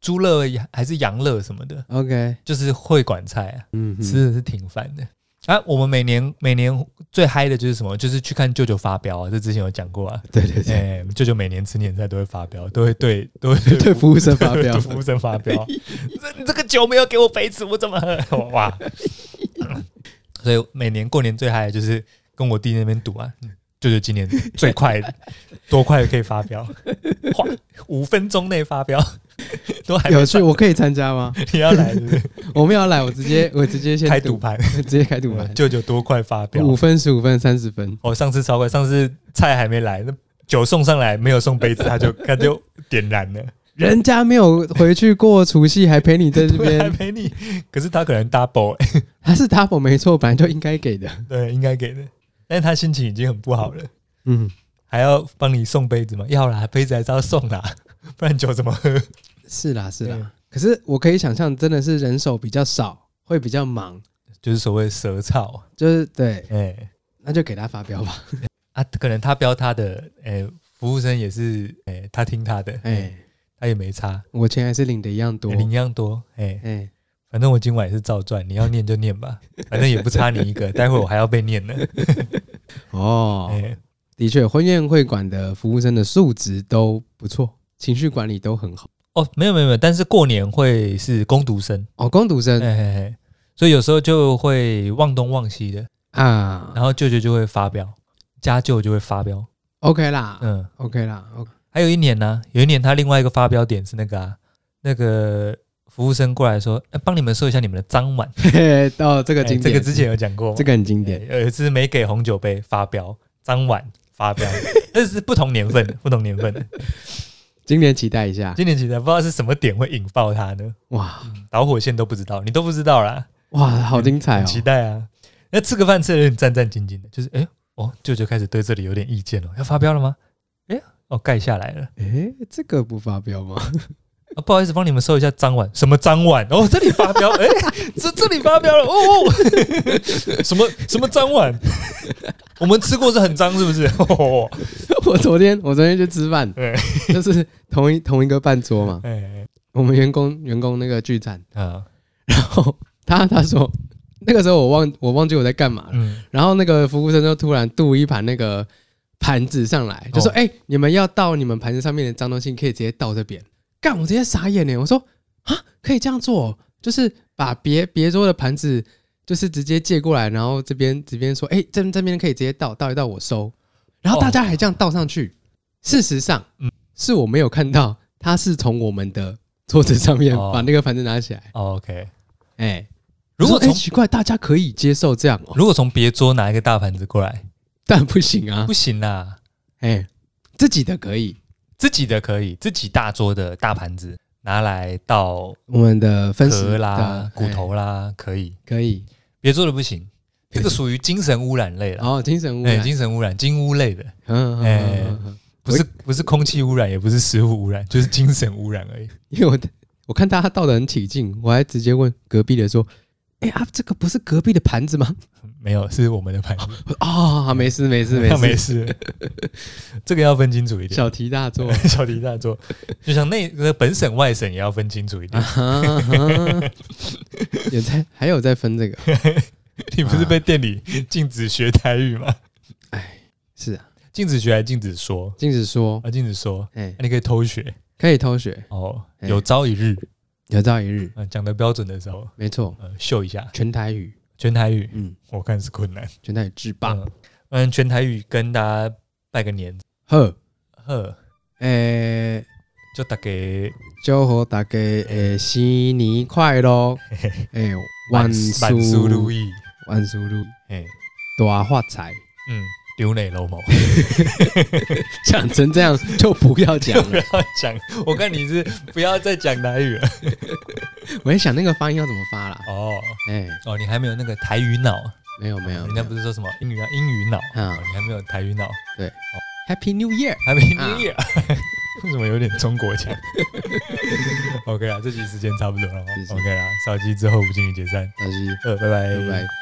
Speaker 1: 猪乐还是羊乐什么的，
Speaker 2: ，OK，
Speaker 1: 就是会馆菜啊，
Speaker 2: 嗯哼，
Speaker 1: 吃的是挺烦的。啊，我们每年每年最嗨的就是什么？就是去看舅舅发飙啊，这之前有讲过啊。
Speaker 2: 对对对，
Speaker 1: 哎、舅舅每年吃年菜都会发飙，都会对都会
Speaker 2: 对服务生发飙
Speaker 1: 对，服务生发飙。这你这个酒没有给我杯子，我怎么喝？ 哇！所以每年过年最嗨的就是跟我弟那边赌啊，嗯舅舅今年最快多快可以发 飙，哇，五分钟内发飙， 都还没
Speaker 2: 有趣，我可以参加吗？
Speaker 1: 你要来是不是
Speaker 2: 我们要来，我直接我直接先
Speaker 1: 开 赌，盘，
Speaker 2: 直接开赌盘，
Speaker 1: 舅舅多快发飙。
Speaker 2: 五分、十五分、三十分，
Speaker 1: 哦，上次超快，上次菜还没来，那酒送上来没有送杯子，他就他就点燃了。
Speaker 2: 人家没有回去过除夕，还陪你在这
Speaker 1: 对，还
Speaker 2: 边，
Speaker 1: 赔你，可是他可能 double，、欸、
Speaker 2: 他是 double 没错，本来就应该给的，
Speaker 1: 对，应该给的，但是他心情已经很不好了，
Speaker 2: 嗯，
Speaker 1: 还要帮你送杯子吗？要啦，杯子还是要送啦，不然酒怎么喝？
Speaker 2: 是啦是
Speaker 1: 对
Speaker 2: 啦，可是我可以想象，真的是人手比较少，会比较忙，
Speaker 1: 就是所谓舌操，
Speaker 2: 就是对，
Speaker 1: 哎、
Speaker 2: 那就给他发飙吧，
Speaker 1: 啊，可能他标他的，哎、服务生也是，哎、他听他的，哎、
Speaker 2: 哎，
Speaker 1: 他也没差，
Speaker 2: 我钱还是领的一样多
Speaker 1: 领、，一样多，哎、
Speaker 2: 哎，
Speaker 1: 反正我今晚也是照赚，你要念就念吧，反正也不差你一个，待会我还要被念呢，
Speaker 2: 哦
Speaker 1: 哎、
Speaker 2: 的确，婚宴会馆的服务生的素质都不错，情绪管理都很好。
Speaker 1: 哦，没有没有没有，但是过年会是工读生，
Speaker 2: 哦，工读
Speaker 1: 哎、
Speaker 2: 生、
Speaker 1: 哎哎所以有时候就会忘东忘西的。
Speaker 2: 啊
Speaker 1: 然后舅舅就会发飙，家舅就会发飙。
Speaker 2: ，OK 啦、
Speaker 1: 嗯，
Speaker 2: o k 啦，OK，
Speaker 1: 还有一年呢、有一年他另外一个发飙点是那个啊，那个服务生过来说，哎，帮你们收一下你们的脏碗。
Speaker 2: 嘿 嘿哦，这个
Speaker 1: 哎
Speaker 2: 经典，
Speaker 1: 这个之前有讲过吗，
Speaker 2: 这个很经典，
Speaker 1: 哎有一次没给红酒杯发飙，脏碗发飙，但是不同年份，不同年份。
Speaker 2: 经典期待一下。
Speaker 1: 今年其实不知道是什么点会引爆他呢，
Speaker 2: 哇
Speaker 1: 导火线都不知道，你都不知道啦，
Speaker 2: 哇，好精彩
Speaker 1: 很
Speaker 2: 哦！
Speaker 1: 期待啊。那吃个饭吃的有点战战兢兢的，就是哎哦，舅舅开始对这里有点意见了，要发飙了吗？哎哦，盖下来了。
Speaker 2: 诶，这个不发飙吗？
Speaker 1: 哦啊不好意思，帮你们收一下脏碗。什么脏碗？哦，这里发飙，哎、这这里发飙了，哦哦， 什么什么脏碗？我们吃过是很脏，是不是？哦，
Speaker 2: 我昨天我昨天去吃饭
Speaker 1: 对，
Speaker 2: 就是同一同一个饭 桌嘛，
Speaker 1: 哎、
Speaker 2: 我们员工员工那个聚餐，
Speaker 1: 啊，
Speaker 2: 然后他他说那个时候我忘我忘记我在干嘛了，
Speaker 1: 嗯，
Speaker 2: 然后那个服务生就突然渡一盘那个盘子上来，就说：“
Speaker 1: 哦
Speaker 2: 哎、你们要倒你们盘子上面的脏东西，可以直接倒这边。”干，我直接傻眼呢！我说：“啊，可以这样做哦、就是把别别桌的盘子，就是直接借过来，然后这边这边说：‘哎、这这边可以直接倒，倒一倒我收。’然后大家还这样倒上去。事实上，
Speaker 1: 嗯
Speaker 2: 是我没有看到他是从我们的桌子上面
Speaker 1: 哦
Speaker 2: 把那个盘子拿起来。
Speaker 1: 哦 OK。
Speaker 2: 哎、
Speaker 1: 如果
Speaker 2: 我说
Speaker 1: 从
Speaker 2: 哎、奇怪，大家可以接受这样哦、
Speaker 1: 如果从别桌拿一个大盘子过来，
Speaker 2: 但不行啊
Speaker 1: 不。行啦，
Speaker 2: 哎、自己的可以，
Speaker 1: 自己的可以，自己大桌的大盘子拿来倒
Speaker 2: 我们的分食
Speaker 1: 壳啦
Speaker 2: 的、
Speaker 1: 骨
Speaker 2: 哎
Speaker 1: 头啦，可以。
Speaker 2: 可以，
Speaker 1: 别桌的不行，这个属于精神污染类
Speaker 2: 然
Speaker 1: 了。
Speaker 2: 后精哦神污
Speaker 1: 哎、
Speaker 2: 染，
Speaker 1: 精神污染、金污类的，
Speaker 2: 嗯嗯
Speaker 1: 哎
Speaker 2: 嗯嗯嗯，
Speaker 1: 不是不是空气污染，也不是食物污染， 就是精神污染而已。
Speaker 2: 因为我我看大家倒的很起劲，我还直接问隔壁的说：“哎、啊，这个不是隔壁的盘子吗
Speaker 1: 没有，是我们的盘子，？”
Speaker 2: 啊、没事 没事没
Speaker 1: 那
Speaker 2: 事
Speaker 1: 没事。这个要分清楚一点。
Speaker 2: 小题 大做
Speaker 1: 小题大做，就像内那本省外省也要分清楚一
Speaker 2: 啊
Speaker 1: 点。
Speaker 2: 哈！啊有在还有在分这个，
Speaker 1: 你不是
Speaker 2: 啊
Speaker 1: 被店里禁止学台语吗？
Speaker 2: 哎，是啊，
Speaker 1: 禁止学还禁止说
Speaker 2: 禁止说，
Speaker 1: 啊？禁止说，
Speaker 2: 哎、
Speaker 1: 那你可以偷学
Speaker 2: 可以偷学，
Speaker 1: 哦。
Speaker 2: 哎
Speaker 1: 有朝一日，
Speaker 2: 有朝一日，
Speaker 1: 呃，讲的标准的时候，
Speaker 2: 没错，
Speaker 1: 呃，秀一下
Speaker 2: 全台语，
Speaker 1: 全台语，
Speaker 2: 嗯，
Speaker 1: 我看是困难。
Speaker 2: 全台语制霸，
Speaker 1: 嗯，嗯，全台语跟大家拜个年，
Speaker 2: 呵，
Speaker 1: 呵，
Speaker 2: 哎、
Speaker 1: 就大家
Speaker 2: 祝福大家诶新年快 乐，诶万事
Speaker 1: 万事如意，
Speaker 2: 万事如意，
Speaker 1: 哎，
Speaker 2: 大发财。
Speaker 1: 嗯，丢内楼某，
Speaker 2: 讲成这样就不要讲
Speaker 1: 不
Speaker 2: 了。
Speaker 1: 要讲，我看你是不要再讲台语了。
Speaker 2: 我在想那个发音要怎么发啦？
Speaker 1: 哦
Speaker 2: 哎，
Speaker 1: 哦，你还没有那个台语脑，
Speaker 2: 没有没有，
Speaker 1: 人家不
Speaker 2: 是
Speaker 1: 是说什么英语啊，英语脑，
Speaker 2: 嗯
Speaker 1: 哦你还没有台语脑，
Speaker 2: Happy New Year，
Speaker 1: 还没
Speaker 2: 啊
Speaker 1: 毕业， 为什么有点中国 腔？OK 啊，这集时间差不多了哦
Speaker 2: 是是
Speaker 1: ，OK 啦，扫机之后不进行解散，
Speaker 2: 老师，
Speaker 1: 呃，拜拜，
Speaker 2: 拜拜。。